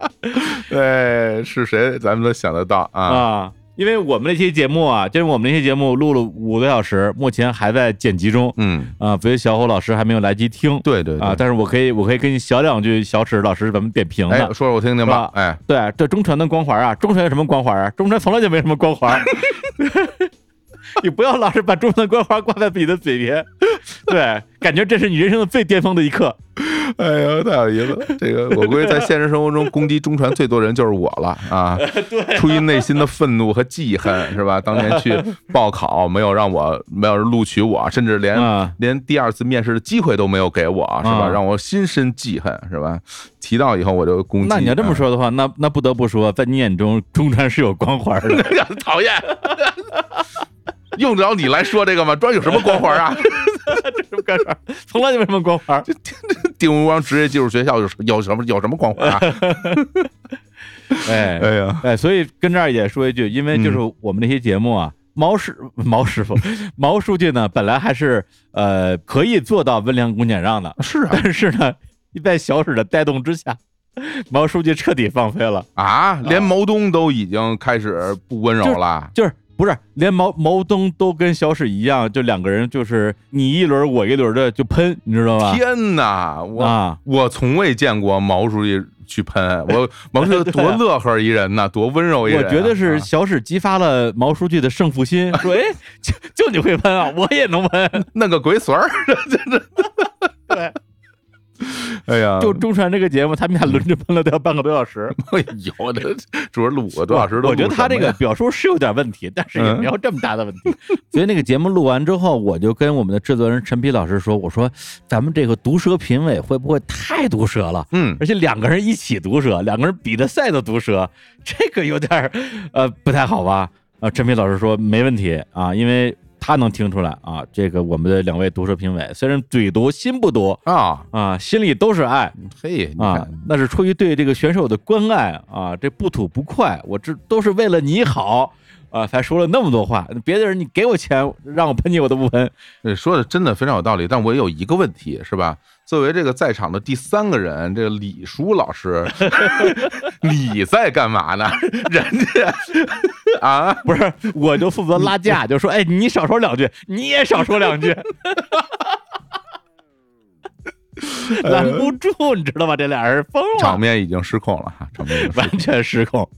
Speaker 2: 对，哎是谁咱们都想得到 啊
Speaker 1: 啊，因为我们那期节目啊，就是我们那期节目录了五个小时，目前还在剪辑中，
Speaker 2: 嗯
Speaker 1: 啊，所以小虎老师还没有来及听，
Speaker 2: 对对对
Speaker 1: 啊，但是我可以我可以跟你小两句，小史老师怎么点评
Speaker 2: 哎，
Speaker 1: 的
Speaker 2: 说。说我听听吧， 哎，
Speaker 1: 对，这中传的光环啊，中传有什么光环啊？中传从来就没什么光环。 你不要老是把中传的光环挂在自己的嘴边，对，感觉这是你人生的最巅峰的一刻。
Speaker 2: 哎呦，太有意思了！这个我估计在现实生活中攻击中传最多人就是我了 啊！
Speaker 17: 对，
Speaker 2: 出于内心的愤怒和记恨，是吧？当年去报考没有让我没有录取我，甚至连、连第二次面试的机会都没有给我，是吧？
Speaker 1: 啊
Speaker 2: 让我心生记恨，是吧？提到以后我就攻击。啊
Speaker 1: 那你要这么说的话，那那不得不说，在你眼中中川是有光环的。
Speaker 2: 嗯 讨厌，用得着你来说这个吗？庄有什么光环啊？
Speaker 1: 这么干啥？从来就没什么光环。
Speaker 2: 定吴光职业技术学校有有什么有什么光环啊？
Speaker 1: 哎
Speaker 2: 哎 呀
Speaker 1: 哎，所以跟这儿也说一句，因为就是我们那些节目
Speaker 2: 嗯
Speaker 1: 啊，毛师 毛师傅毛书记呢，本来还是呃可以做到温良恭俭让的，
Speaker 2: 是啊，
Speaker 1: 但是呢，在小史的带动之下，毛书记彻底放飞了
Speaker 2: 啊，连毛东都已经开始不温柔了。
Speaker 1: 就是不是连毛毛东都跟小史一样，就两个人就是你一轮我一轮的就喷，你知道吧？
Speaker 2: 天哪，我、
Speaker 1: 啊
Speaker 2: 我从未见过毛书记去 喷我，毛书记
Speaker 1: 对
Speaker 2: 多
Speaker 1: 啊
Speaker 2: 乐呵一人呐、多温柔一
Speaker 1: 我
Speaker 2: 人、啊
Speaker 1: 觉得是小史激发了毛书记的胜负心，说：“哎， 就就你会喷啊，我也能喷，
Speaker 2: 弄个鬼 孙儿。” 哎呀，
Speaker 1: 就中传这个节目，他们俩轮着喷了都要半个多小 时。
Speaker 2: 哎呦，我这主要录个多小时都录
Speaker 1: 我觉得他这
Speaker 2: 什么
Speaker 1: 个
Speaker 2: 呀
Speaker 1: 表述是有点问题，但是也
Speaker 2: 嗯
Speaker 1: 没有这么大的问题。 所以那个节目录完之后，我就跟我们的制作人陈皮老师说：“我说咱们这个毒舌评委会不会太毒舌了？
Speaker 2: 嗯，
Speaker 1: 而且两个人一起毒舌，两个人比着赛的毒舌，这个有点儿呃不太好吧？”呃，陈皮老师说没问题啊，因为他能听出来啊，这个我们的两位毒舌评委虽然嘴毒心不毒
Speaker 2: 啊
Speaker 1: 啊，心里都是爱。
Speaker 2: 嘿，你看
Speaker 1: 啊，那是出于对这个选手的关爱啊，这不吐不快，我这都是为了你好啊，才说了那么多话。别的人你给我钱让我喷你，我都不喷。
Speaker 2: 呃，说的真的非常有道理，但我有一个问题，是吧？作为这个在场的第三个人，这个李叔 老师，你在干嘛呢？人家啊，
Speaker 1: 不是，我就负责拉 架，就说哎，你少说两句，你也少说两句，拦不住，你知道吧？这俩人疯了，
Speaker 2: 场面已经失控了哈，场面已经失控
Speaker 1: 完全失控。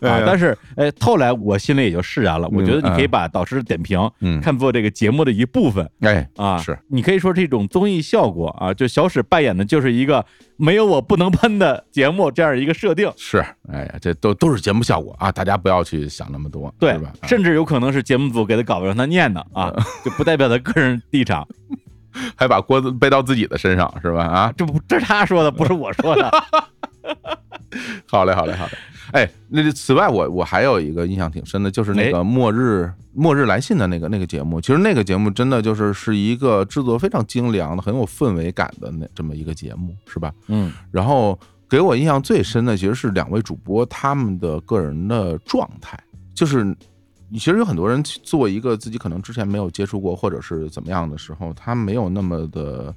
Speaker 2: 哎
Speaker 1: 啊
Speaker 2: 呀！
Speaker 1: 但是，哎，后来我心里也就释然了。我觉得
Speaker 2: 明白
Speaker 1: 你可以把导师的点评
Speaker 2: 嗯
Speaker 1: 看作这个节目的一部分。
Speaker 2: 哎
Speaker 1: 啊，
Speaker 2: 是
Speaker 1: 你可以说这种综艺效果啊，就小史扮演的就是一个没有我不能喷的节目这样一个设定。
Speaker 2: 是，哎呀，这都都是节目效果啊，大家不要去想那么多，
Speaker 1: 对
Speaker 2: 是吧？，啊嗯
Speaker 1: 甚至有可能是节目组给他稿子让他念的啊， 就不代表他个人立场。
Speaker 2: 还把锅子背到自己的身上，是吧？啊，
Speaker 1: 这不这是他说的，不是我说 的。
Speaker 2: 好嘞，好嘞，好嘞。哎，那这此外我，我还有一个印象挺深的，就是那
Speaker 1: 哎
Speaker 2: 个末日、末日来信的那个那个节目。其实那个节目真的就是是一个制作非常精良的、很有氛围感的那这么一个节目，是吧？
Speaker 1: 嗯，
Speaker 2: 然后给我印象最深的其实是两位主播他们的个人的状态，就是其实有很多人去做一个自己可能之前没有接触过或者是怎么样的时候，他没有那么的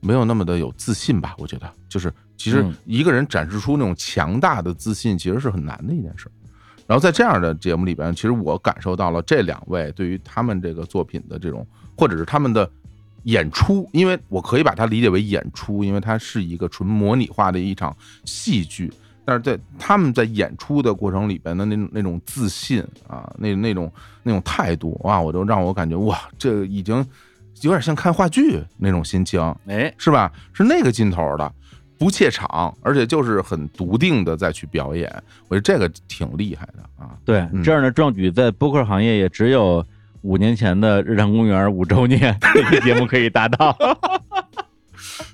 Speaker 2: 没有那么的有自信吧？我觉得就是其实
Speaker 1: 嗯
Speaker 2: 一个人展示出那种强大的自信，其实是很难的一件事儿。然后在这样的节目里边，其实我感受到了这两位对于他们这个作品的这种，或者是他们的演出，因为我可以把它理解为演出，因为它是一个纯模拟化的一场戏剧。但是在他们在演出的过程里边的那种那种自信啊，那那种那种态度啊，我就让我感觉哇，这已经有点像看话剧那种心情，
Speaker 1: 哎，
Speaker 2: 是吧？是那个劲头的，不怯场，而且就是很笃定的再去表演，我觉得这个挺厉害的啊。
Speaker 1: 对，这样的壮举在播客行业也只有五年前的日坛公园五周年这个节目可以达到。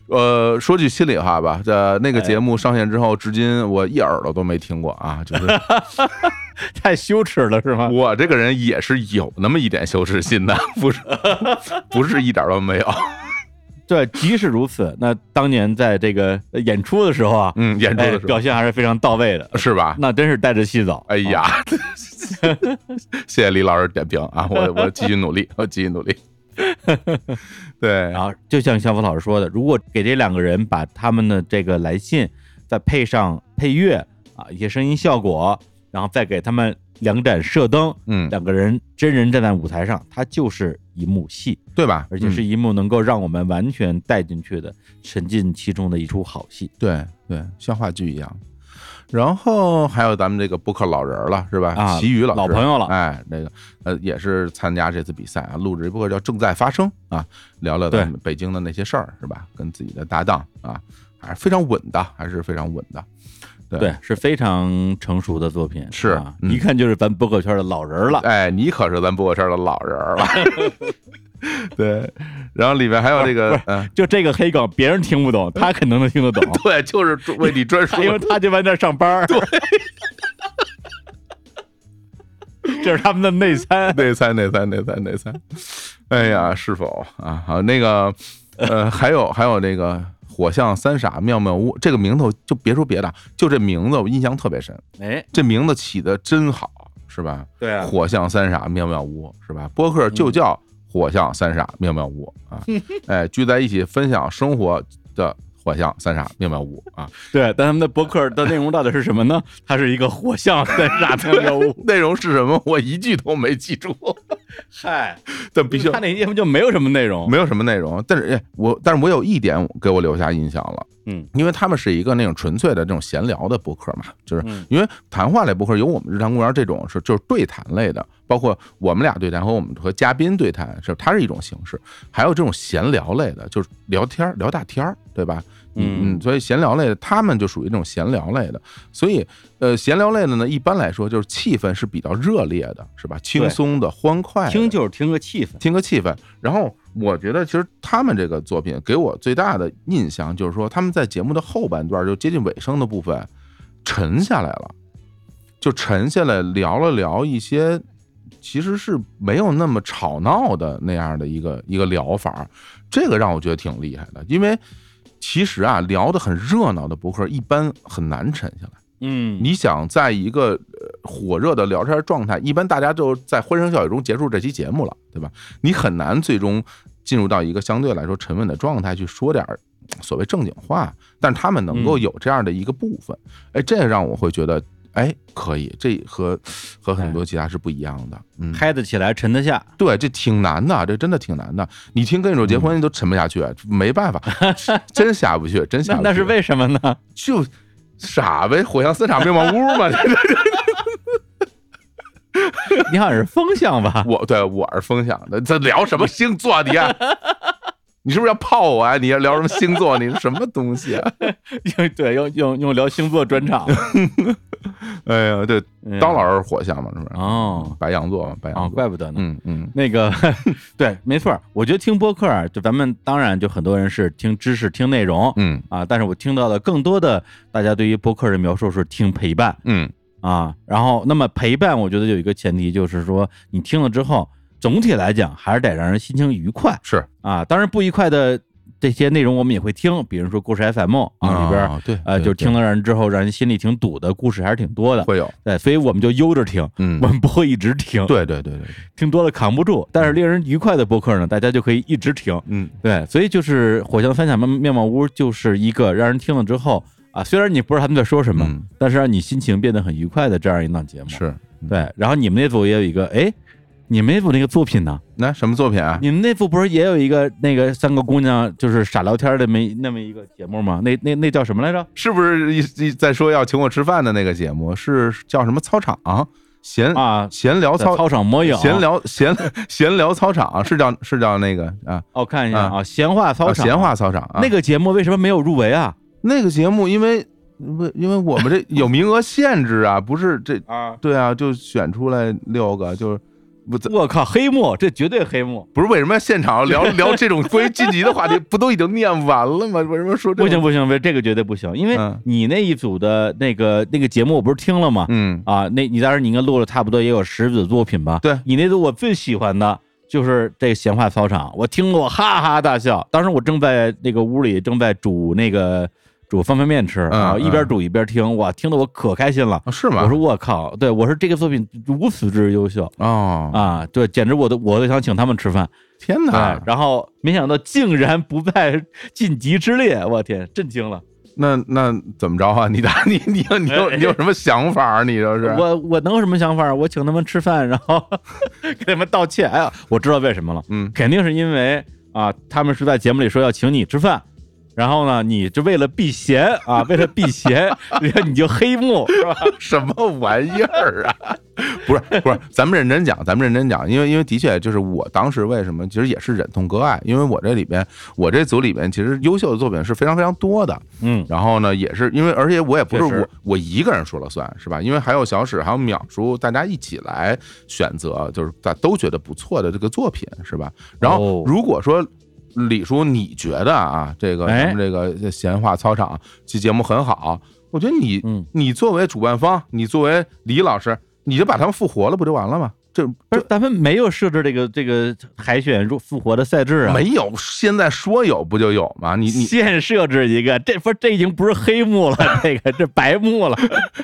Speaker 2: 呃，说句心里话吧，这那个
Speaker 1: 哎
Speaker 2: 节目上线之后，至今我一耳朵都没听过啊， 就是
Speaker 1: 太羞耻了，是吗？
Speaker 2: 我这个人也是有那么一点羞耻心的， 不是不是一点都没有。
Speaker 1: 对，即使如此，那当年在这个呃演出的时候啊，
Speaker 2: 嗯演出的时候
Speaker 1: 哎表现还是嗯非常到位的，
Speaker 2: 是吧？
Speaker 1: 那真是带着戏走。
Speaker 2: 哎呀，
Speaker 1: 啊哦
Speaker 2: 谢谢李老师点评啊，我我继续努力，我继续 努力。对，
Speaker 1: 然后就像肖峰老师说的，如果给这两个人把他们的这个来信再配上配乐啊，一些声音效果，然后再给他们两盏射灯，
Speaker 2: 嗯
Speaker 1: 两个人真人站在舞台上，它就是一幕戏，
Speaker 2: 对吧？嗯
Speaker 1: 而且是一幕能够让我们完全带进去的、沉浸其中的一出好戏。
Speaker 2: 对对，像话剧一样。然后还有咱们这个播客老人了，是吧？
Speaker 1: 啊
Speaker 2: 齐宇老师
Speaker 1: 老朋友了
Speaker 2: 哎，那个呃，也是参加这次比赛啊，录制一播客叫《正在发生》啊，聊聊咱们北京的那些事儿，是吧？跟自己的搭档啊，还是非常稳的，还是非常稳的。对
Speaker 1: 对，是非常成熟的作品，
Speaker 2: 是嗯
Speaker 1: 啊，一看就是咱播客圈的老人了。
Speaker 2: 哎，你可是咱播客圈的老人 了。对，然后里面还有 这个，嗯，
Speaker 1: 就这个黑梗，别人听不懂，他可能能听得懂。
Speaker 2: 对，就是专为你专属，
Speaker 1: 因为他就在那儿上班。对， 这是他们的内参，
Speaker 2: 内参，内参，内参，内参。哎呀，是否啊？好，那个，呃，还有还有那个火象三傻妙妙屋这个名头，就别说别的，就这名字我印象特别深。
Speaker 1: 哎，
Speaker 2: 这名字起的真好，是吧？
Speaker 1: 对啊嗯
Speaker 2: 火象三傻妙妙屋是吧？播客就叫火象三傻妙妙屋 啊，哎，聚在一起分享生活的火象三傻妙妙屋啊，
Speaker 1: 对，但他们的博客的内容到底是什么呢？它是一个火象三傻妙妙屋，
Speaker 2: 内容是什么？我一句都没记住。
Speaker 1: 嗨，
Speaker 2: 但必须
Speaker 1: 他那节目就没有什么内容，
Speaker 2: 没有什么内容，但是哎我但是我有一点给我留下印象了，
Speaker 1: 嗯，
Speaker 2: 因为他们是一个那种纯粹的这种闲聊的博客嘛，就是因为谈话类博客有我们日常公园这种是就是对谈类的，包括我们俩对谈和我们和嘉宾对谈是它是一种形式，还有这种闲聊类的，就是聊天儿聊大天儿，对吧？嗯嗯，所以闲聊类的他们就属于这种闲聊类的，所以呃闲聊类的呢，一般来说就是气氛是比较热烈的，是吧？轻松的、欢快的，
Speaker 1: 听就是听个气氛，
Speaker 2: 听个气氛。然后我觉得，其实他们这个作品给我最大的印象就是说，他们在节目的后半段，就接近尾声的部分，沉下来了，就沉下来聊了聊一些其实是没有那么吵闹的那样的一个一个聊法，这个让我觉得挺厉害的，因为其实啊，聊得很热闹的博客一般很难沉下来。
Speaker 1: 嗯，
Speaker 2: 你想在一个呃火热的聊天状态，一般大家就在欢声笑语中结束这期节目了，对吧？你很难最终进入到一个相对来说沉稳的状态去说点儿所谓正经话，但是他们能够有这样的一个部分，哎，这让我会觉得，哎，可以，这和和很多其他是不一样的，嗯，
Speaker 1: 嗨得起来，沉得下。
Speaker 2: 对，这挺难的，这真的挺难的。你听跟你说结婚，你都沉不下去，没办法，真下不去，真下
Speaker 1: 那
Speaker 2: 不去。
Speaker 1: 那是为什么呢？
Speaker 2: 就傻呗，火象三傻妙望屋嘛。这这这
Speaker 1: 你好像是风象吧？
Speaker 2: 我对我是风象的，这聊 什么星座啊你啊？你是不是要泡我啊？你要聊什么星座？你是什么东西啊？
Speaker 1: 用对用用用聊星座专 场 嗯
Speaker 2: 哎呀，对，当老师是火象嘛，是不是？
Speaker 1: 哦，
Speaker 2: 白羊座嘛，白
Speaker 1: 啊，
Speaker 2: 羊座。
Speaker 1: 怪不得呢。
Speaker 2: 嗯嗯，
Speaker 1: 那个 对，没错儿，我觉得听播客啊，就咱们当然就很多人是听知识、听内容，
Speaker 2: 嗯
Speaker 1: 啊，但是我听到的更多的大家对于播客的描述是听陪伴，
Speaker 2: 嗯
Speaker 1: 啊，然后那么陪伴，我觉得有一个前提就是说，你听了之后，总体来讲还是得让人心情愉快，
Speaker 2: 是
Speaker 1: 啊，当然不愉快的。这些内容我们也会听，比如说故事 FM 啊里边儿
Speaker 2: 啊，对
Speaker 1: 呃，
Speaker 2: 对
Speaker 1: 就是
Speaker 2: 对
Speaker 1: 听了让人之后，让人心里挺堵的故事还是挺多的，
Speaker 2: 会有
Speaker 1: 对，所以我们就悠着听，
Speaker 2: 嗯
Speaker 1: 我们不会一直听，
Speaker 2: 对对对对，
Speaker 1: 听多了扛不住，但是令人愉快的播客呢，大家就可以一直听。
Speaker 2: 嗯，
Speaker 1: 对，所以就是《火象三峡面面貌屋》就是一个让人听了之后啊，虽然你不知道他们在说什么，但是让你心情变得很愉快的这样一档节目。
Speaker 2: 嗯是
Speaker 1: 对，然后你们那组也有一个，哎，你们那组那个作品呢？
Speaker 2: 那什么作品啊？
Speaker 1: 你们那组不是也有一个那个三个姑娘就是傻聊天的没那么一个节目吗？那那那叫什么来着？
Speaker 2: 是不是一一在说要请我吃饭的那个节目是叫什么操场闲
Speaker 1: 啊
Speaker 2: 闲聊
Speaker 1: 在
Speaker 2: 操
Speaker 1: 操场魔影
Speaker 2: 闲聊闲 闲聊操场是叫是叫那个啊
Speaker 1: 哦，看一下
Speaker 2: 啊
Speaker 1: 啊，闲话操
Speaker 2: 啊
Speaker 1: 场，
Speaker 2: 闲话操场啊
Speaker 1: 那个节目为什么没有入围啊？
Speaker 2: 那个节目因为不因为我们这有名额限制啊不是这
Speaker 1: 啊
Speaker 2: 对啊就选出来六个就是不怎
Speaker 1: 我靠，黑幕，这绝对黑幕！
Speaker 2: 不是为什么要现场聊聊这种关于晋级的话题不都已经念完了吗为什么说这
Speaker 1: 不行
Speaker 2: 种
Speaker 1: 不行，不是这个绝对不行，因为
Speaker 2: 嗯
Speaker 1: 你那一组的那个那个节目我不是听了吗？
Speaker 2: 嗯
Speaker 1: 啊，那你当时你应该录了差不多也有十组作品吧？
Speaker 2: 对，
Speaker 1: 你那组我最喜欢的就是这个闲话操场，我听了我哈哈大笑。当时我正在那个屋里正在煮那个煮方便面吃，
Speaker 2: 嗯
Speaker 1: 啊，一边煮一边听，哇，听得我可开心了。
Speaker 2: 啊是吗
Speaker 1: 我说我靠，对我说这个作品如此之优秀
Speaker 2: 哦
Speaker 1: 啊，对，简直我都我都想请他们吃饭。
Speaker 2: 天
Speaker 1: 哎
Speaker 2: 哪，
Speaker 1: 然后没想到竟然不在 晋级之列，我天，震惊了！
Speaker 2: 那那怎么着啊你打你你有你有你有什么想法啊你这是
Speaker 1: 我我能有什么想法？我请他们吃饭，然 后给他们道歉。哎呀，我知道为什么了，
Speaker 2: 嗯，
Speaker 1: 肯定是因为啊，他们是在节目里说要请你吃饭，然后呢，你就为了避嫌 啊，为了避嫌， 然后你就黑幕是吧？
Speaker 2: 什么玩意儿啊？ 不是不是，咱们认真讲，咱们认真讲，因为因为的确就是我当时为什么其实也是忍痛割爱，因为我这里边我这组里边其实优秀的作品是非常非常多的，
Speaker 1: 嗯，
Speaker 2: 然后呢也是因为而且我也不是
Speaker 1: 确实
Speaker 2: 我我一个人说了算是吧？因为还有小史还有淼叔，大家一起来选择，就是大家都觉得不错的这个作品是吧？然
Speaker 1: 哦
Speaker 2: 后如果说。李叔，你觉得啊，这个
Speaker 1: 哎
Speaker 2: 咱们这个闲话操场这节目很好，我觉得你，
Speaker 1: 嗯
Speaker 2: 你作为主办方，你作为李老师，你就把他们复活了，不就完了吗？这
Speaker 1: 不是咱们没有设置这个这个海选入复活的赛制啊，
Speaker 2: 没有，现在说有不就有吗？你你
Speaker 1: 现设置一个，这不是这已经不是黑幕了， 这个这白幕了，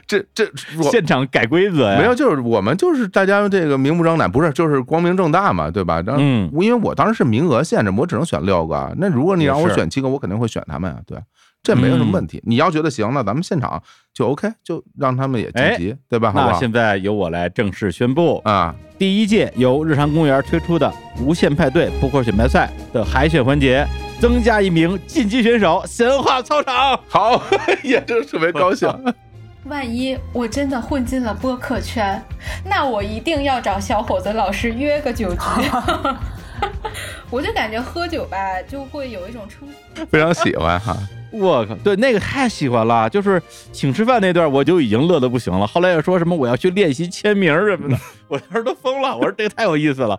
Speaker 2: 这这
Speaker 1: 现场改规则呀，
Speaker 2: 没有，就是我们就是大家这个明目张胆，不是就是光明正大嘛，对吧？然后
Speaker 1: 嗯
Speaker 2: 因为我当时是名额限制，我只能选六个。啊那如果你让我
Speaker 1: 也是嗯
Speaker 2: 选七个，我肯定会选他们啊，对，这没有什么问题。你要觉得行，那咱们现场就 OK，就让他们也晋级，对吧？好不
Speaker 1: 哎那
Speaker 2: 好？
Speaker 1: 现在由我来正式宣布
Speaker 2: 啊，
Speaker 1: 第一届由日常公园推出的无限派对扑克选拔赛的海选环节，增加一名晋级选手，神话操场。
Speaker 2: 好，也真特别高 兴。
Speaker 18: 万一我真的混进了播客圈，那我一定要找小伙子老师约 个酒局。 我就感觉喝酒吧就会有一种冲，
Speaker 2: 非常喜欢哈。
Speaker 1: 我靠，对那个太喜欢了，就是请吃饭那段我就已经乐得不行了。后来又说什么我要去练习签名什么的，我当时都疯了。我说这个太有意思了，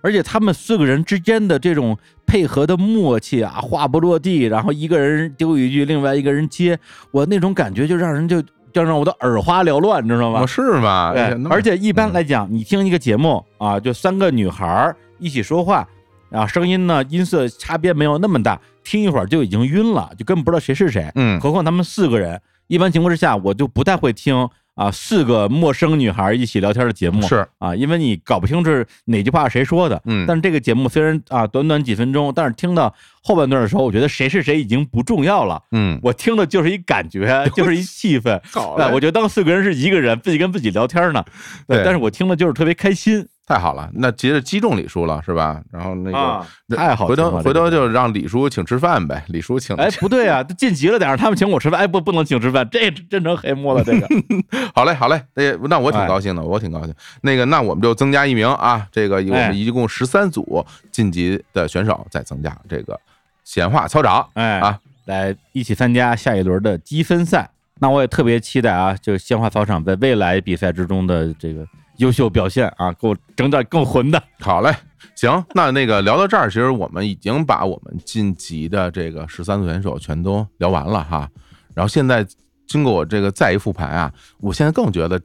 Speaker 1: 而且他们四个人之间的这种配合的默契啊，话不落地，然后一个人丢一句，另外一个人接，我那种感觉就让人就就让我的耳花缭乱，你知道吗？
Speaker 2: 我啊是嗯吗？
Speaker 1: 对，而且一般来讲，你听一个节目啊，就三个女孩儿一起说话啊，声音呢音色差别没有那么大，听一会儿就已经晕了，就根本不知道谁是谁。
Speaker 2: 嗯
Speaker 1: 何况他们四个人，一般情况之下，我就不太会听。啊，四个陌生女孩儿一起聊天的节目
Speaker 2: 是
Speaker 1: 啊，因为你搞不清是哪句话是谁说的。
Speaker 2: 嗯
Speaker 1: 但是这个节目虽然啊短短几分钟，但是听到后半段的时候，我觉得谁是谁已经不重要了。
Speaker 2: 嗯，
Speaker 1: 我听的就是一感 觉，就是一气氛。
Speaker 2: 搞
Speaker 1: 对
Speaker 2: 嘞
Speaker 1: 哎我觉得当四个人是一个人，自己跟自己聊天呢。
Speaker 2: 对
Speaker 1: 但是我听了就是特别开心。
Speaker 2: 太好了，那接着击中李叔了是吧？然后那个、
Speaker 1: 啊
Speaker 2: 那
Speaker 1: 太好
Speaker 2: 回
Speaker 1: 听
Speaker 2: 头
Speaker 1: 了
Speaker 2: 回头就让李叔请吃饭呗，李叔请。
Speaker 1: 哎，不对啊，都晋级了，得让他们请我吃饭。哎，不，不能请吃饭，这真成黑幕了。 这个
Speaker 2: 好嘞，好嘞，那那我挺高兴的，我挺高兴。那个，那我们就增加一名啊，这个我
Speaker 1: 哎
Speaker 2: 们一共十三组晋级的选手，再增加这个闲话操场。
Speaker 1: 哎
Speaker 2: 啊，
Speaker 1: 来一起参加下一轮的积分赛。那我也特别期待啊，就是鲜花草场在未来比赛之中的这个优秀表现啊，给我整点更混的。
Speaker 2: 好嘞，行，那那个聊到这儿，其实我们已经把我们晋级的这个十三组选手全都聊完了哈。然后现在经过我这个再一复盘啊，我现在更觉得，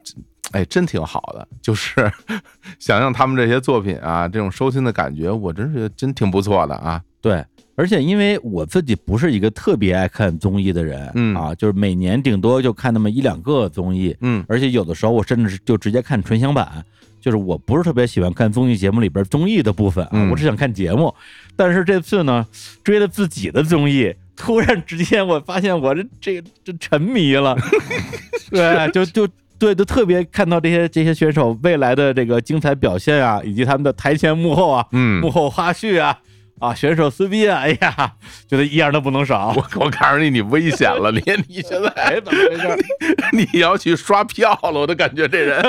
Speaker 2: 哎，真挺好的。就是 想想他们这些作品啊，这种收听的感觉，我真是真挺不错的啊。
Speaker 1: 对，而且因为我自己不是一个特别爱看综艺的人，嗯啊，就是每年顶多就看那么一两个综艺，
Speaker 2: 嗯，
Speaker 1: 而且有的时候我甚至是就直接看纯享版，就是我不是特别喜欢看综艺节目里边综艺的部分啊，
Speaker 2: 嗯
Speaker 1: 我只想看节目。但是这次呢，追了自己的综艺，突然之间我发现我这这这沉迷 了，对，啊就就。对，就特别看到这些这些选手未来的这个精彩表现啊，以及他们的台前幕后啊，
Speaker 2: 嗯
Speaker 1: 幕后花絮啊，啊，选手撕逼啊，哎呀，觉得一样都不能少。
Speaker 2: 我我告诉你，你危险了，你你现在
Speaker 1: 哎怎么回事？
Speaker 2: 你 你要去刷票了，我都感觉这 人，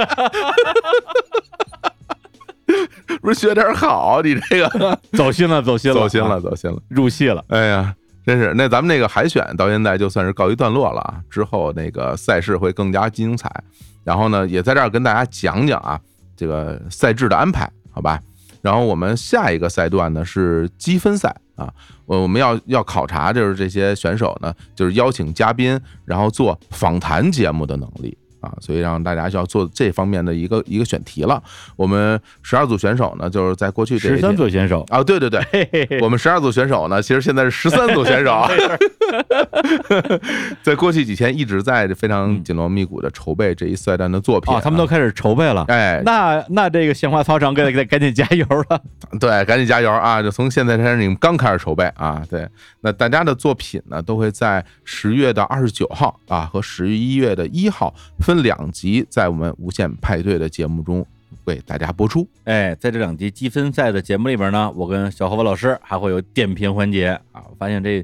Speaker 2: 不是学点好，你这 个
Speaker 1: 走心了，走心了，
Speaker 2: 走心了，
Speaker 1: 啊
Speaker 2: 走心了，
Speaker 1: 入戏了。
Speaker 2: 哎呀，真是，那咱们那个海选到现在就算是告一段落了啊，之后那个赛事会更加精彩。然后呢，也在这儿跟大家讲讲啊，这个赛制的安排，好吧？然后我们下一个赛段呢是积分赛啊，我我们要要考察就是这些选手呢，就是邀请嘉宾，然后做访谈节目的能力啊，所以让大家需要做这方面的一个一个选题了。我们十二组选手呢，就是在过去这
Speaker 1: 13
Speaker 2: 一天
Speaker 1: 组选手
Speaker 2: 啊，对对对，我们十二组选手呢，其实现在是十三组选 手， 在过去几天一直在非常紧锣密鼓的筹备这一赛段的作品
Speaker 1: 嗯
Speaker 2: 啊
Speaker 1: 哦，他们都开始筹备了。
Speaker 2: 哎，
Speaker 1: 那那这个鲜花操场该该赶紧加油了。
Speaker 2: 对，赶紧加油啊！就从现在开始，你们刚开始筹备啊。对，那大家的作品呢，都会在十月的二十九号啊和十一月的一号分两集，在我们无限派对的节目中为大家播出。
Speaker 1: 哎，在这两集积分赛的节目里边呢，我跟小伙伴老师还会有点评环节啊。我发现这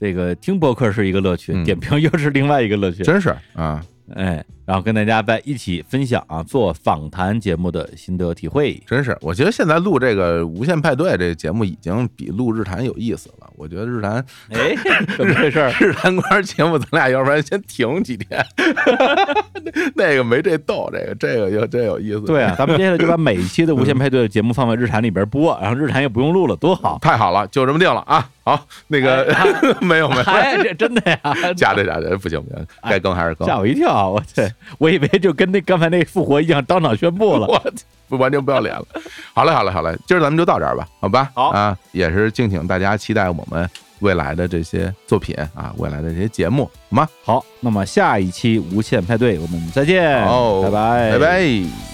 Speaker 1: 这个听播客是一个乐趣，点评又嗯是另外一个乐趣，
Speaker 2: 真是啊，
Speaker 1: 哎，然后跟大家在一起分享啊，做访谈节目的心得体会，
Speaker 2: 真是，我觉得现在录这个《无限派对》这个节目已经比录日坛有意思了。我觉得日坛，
Speaker 1: 哎，怎么回事？
Speaker 2: 日坛官节目，咱俩要不然先停几天， 那个没这逗，这个这个有这有意思。
Speaker 1: 对啊，咱嗯们接下来就把每一期的《无限派对》的节目放在日坛里边播，然后日坛也不用录了，多好！
Speaker 2: 太好了，就这么定了啊！好，那个 没有没有，
Speaker 1: 哎，这真的呀，
Speaker 2: 假的假的，不行不行，该更还是更。
Speaker 1: 吓我一跳，啊我去，我以为就跟那刚才那复活一样，当场宣布 了。
Speaker 2: 我不完全不要脸了。好嘞，好嘞，好嘞，今儿咱们就到这儿吧，好吧？
Speaker 1: 好
Speaker 2: 啊，也是敬请大家期待我们未来的这些作品啊，未来的这些节目，好吗？
Speaker 1: 好，那么下一期无限派对，我们再见，
Speaker 2: 好，
Speaker 1: 哎拜拜，
Speaker 2: 哦拜拜。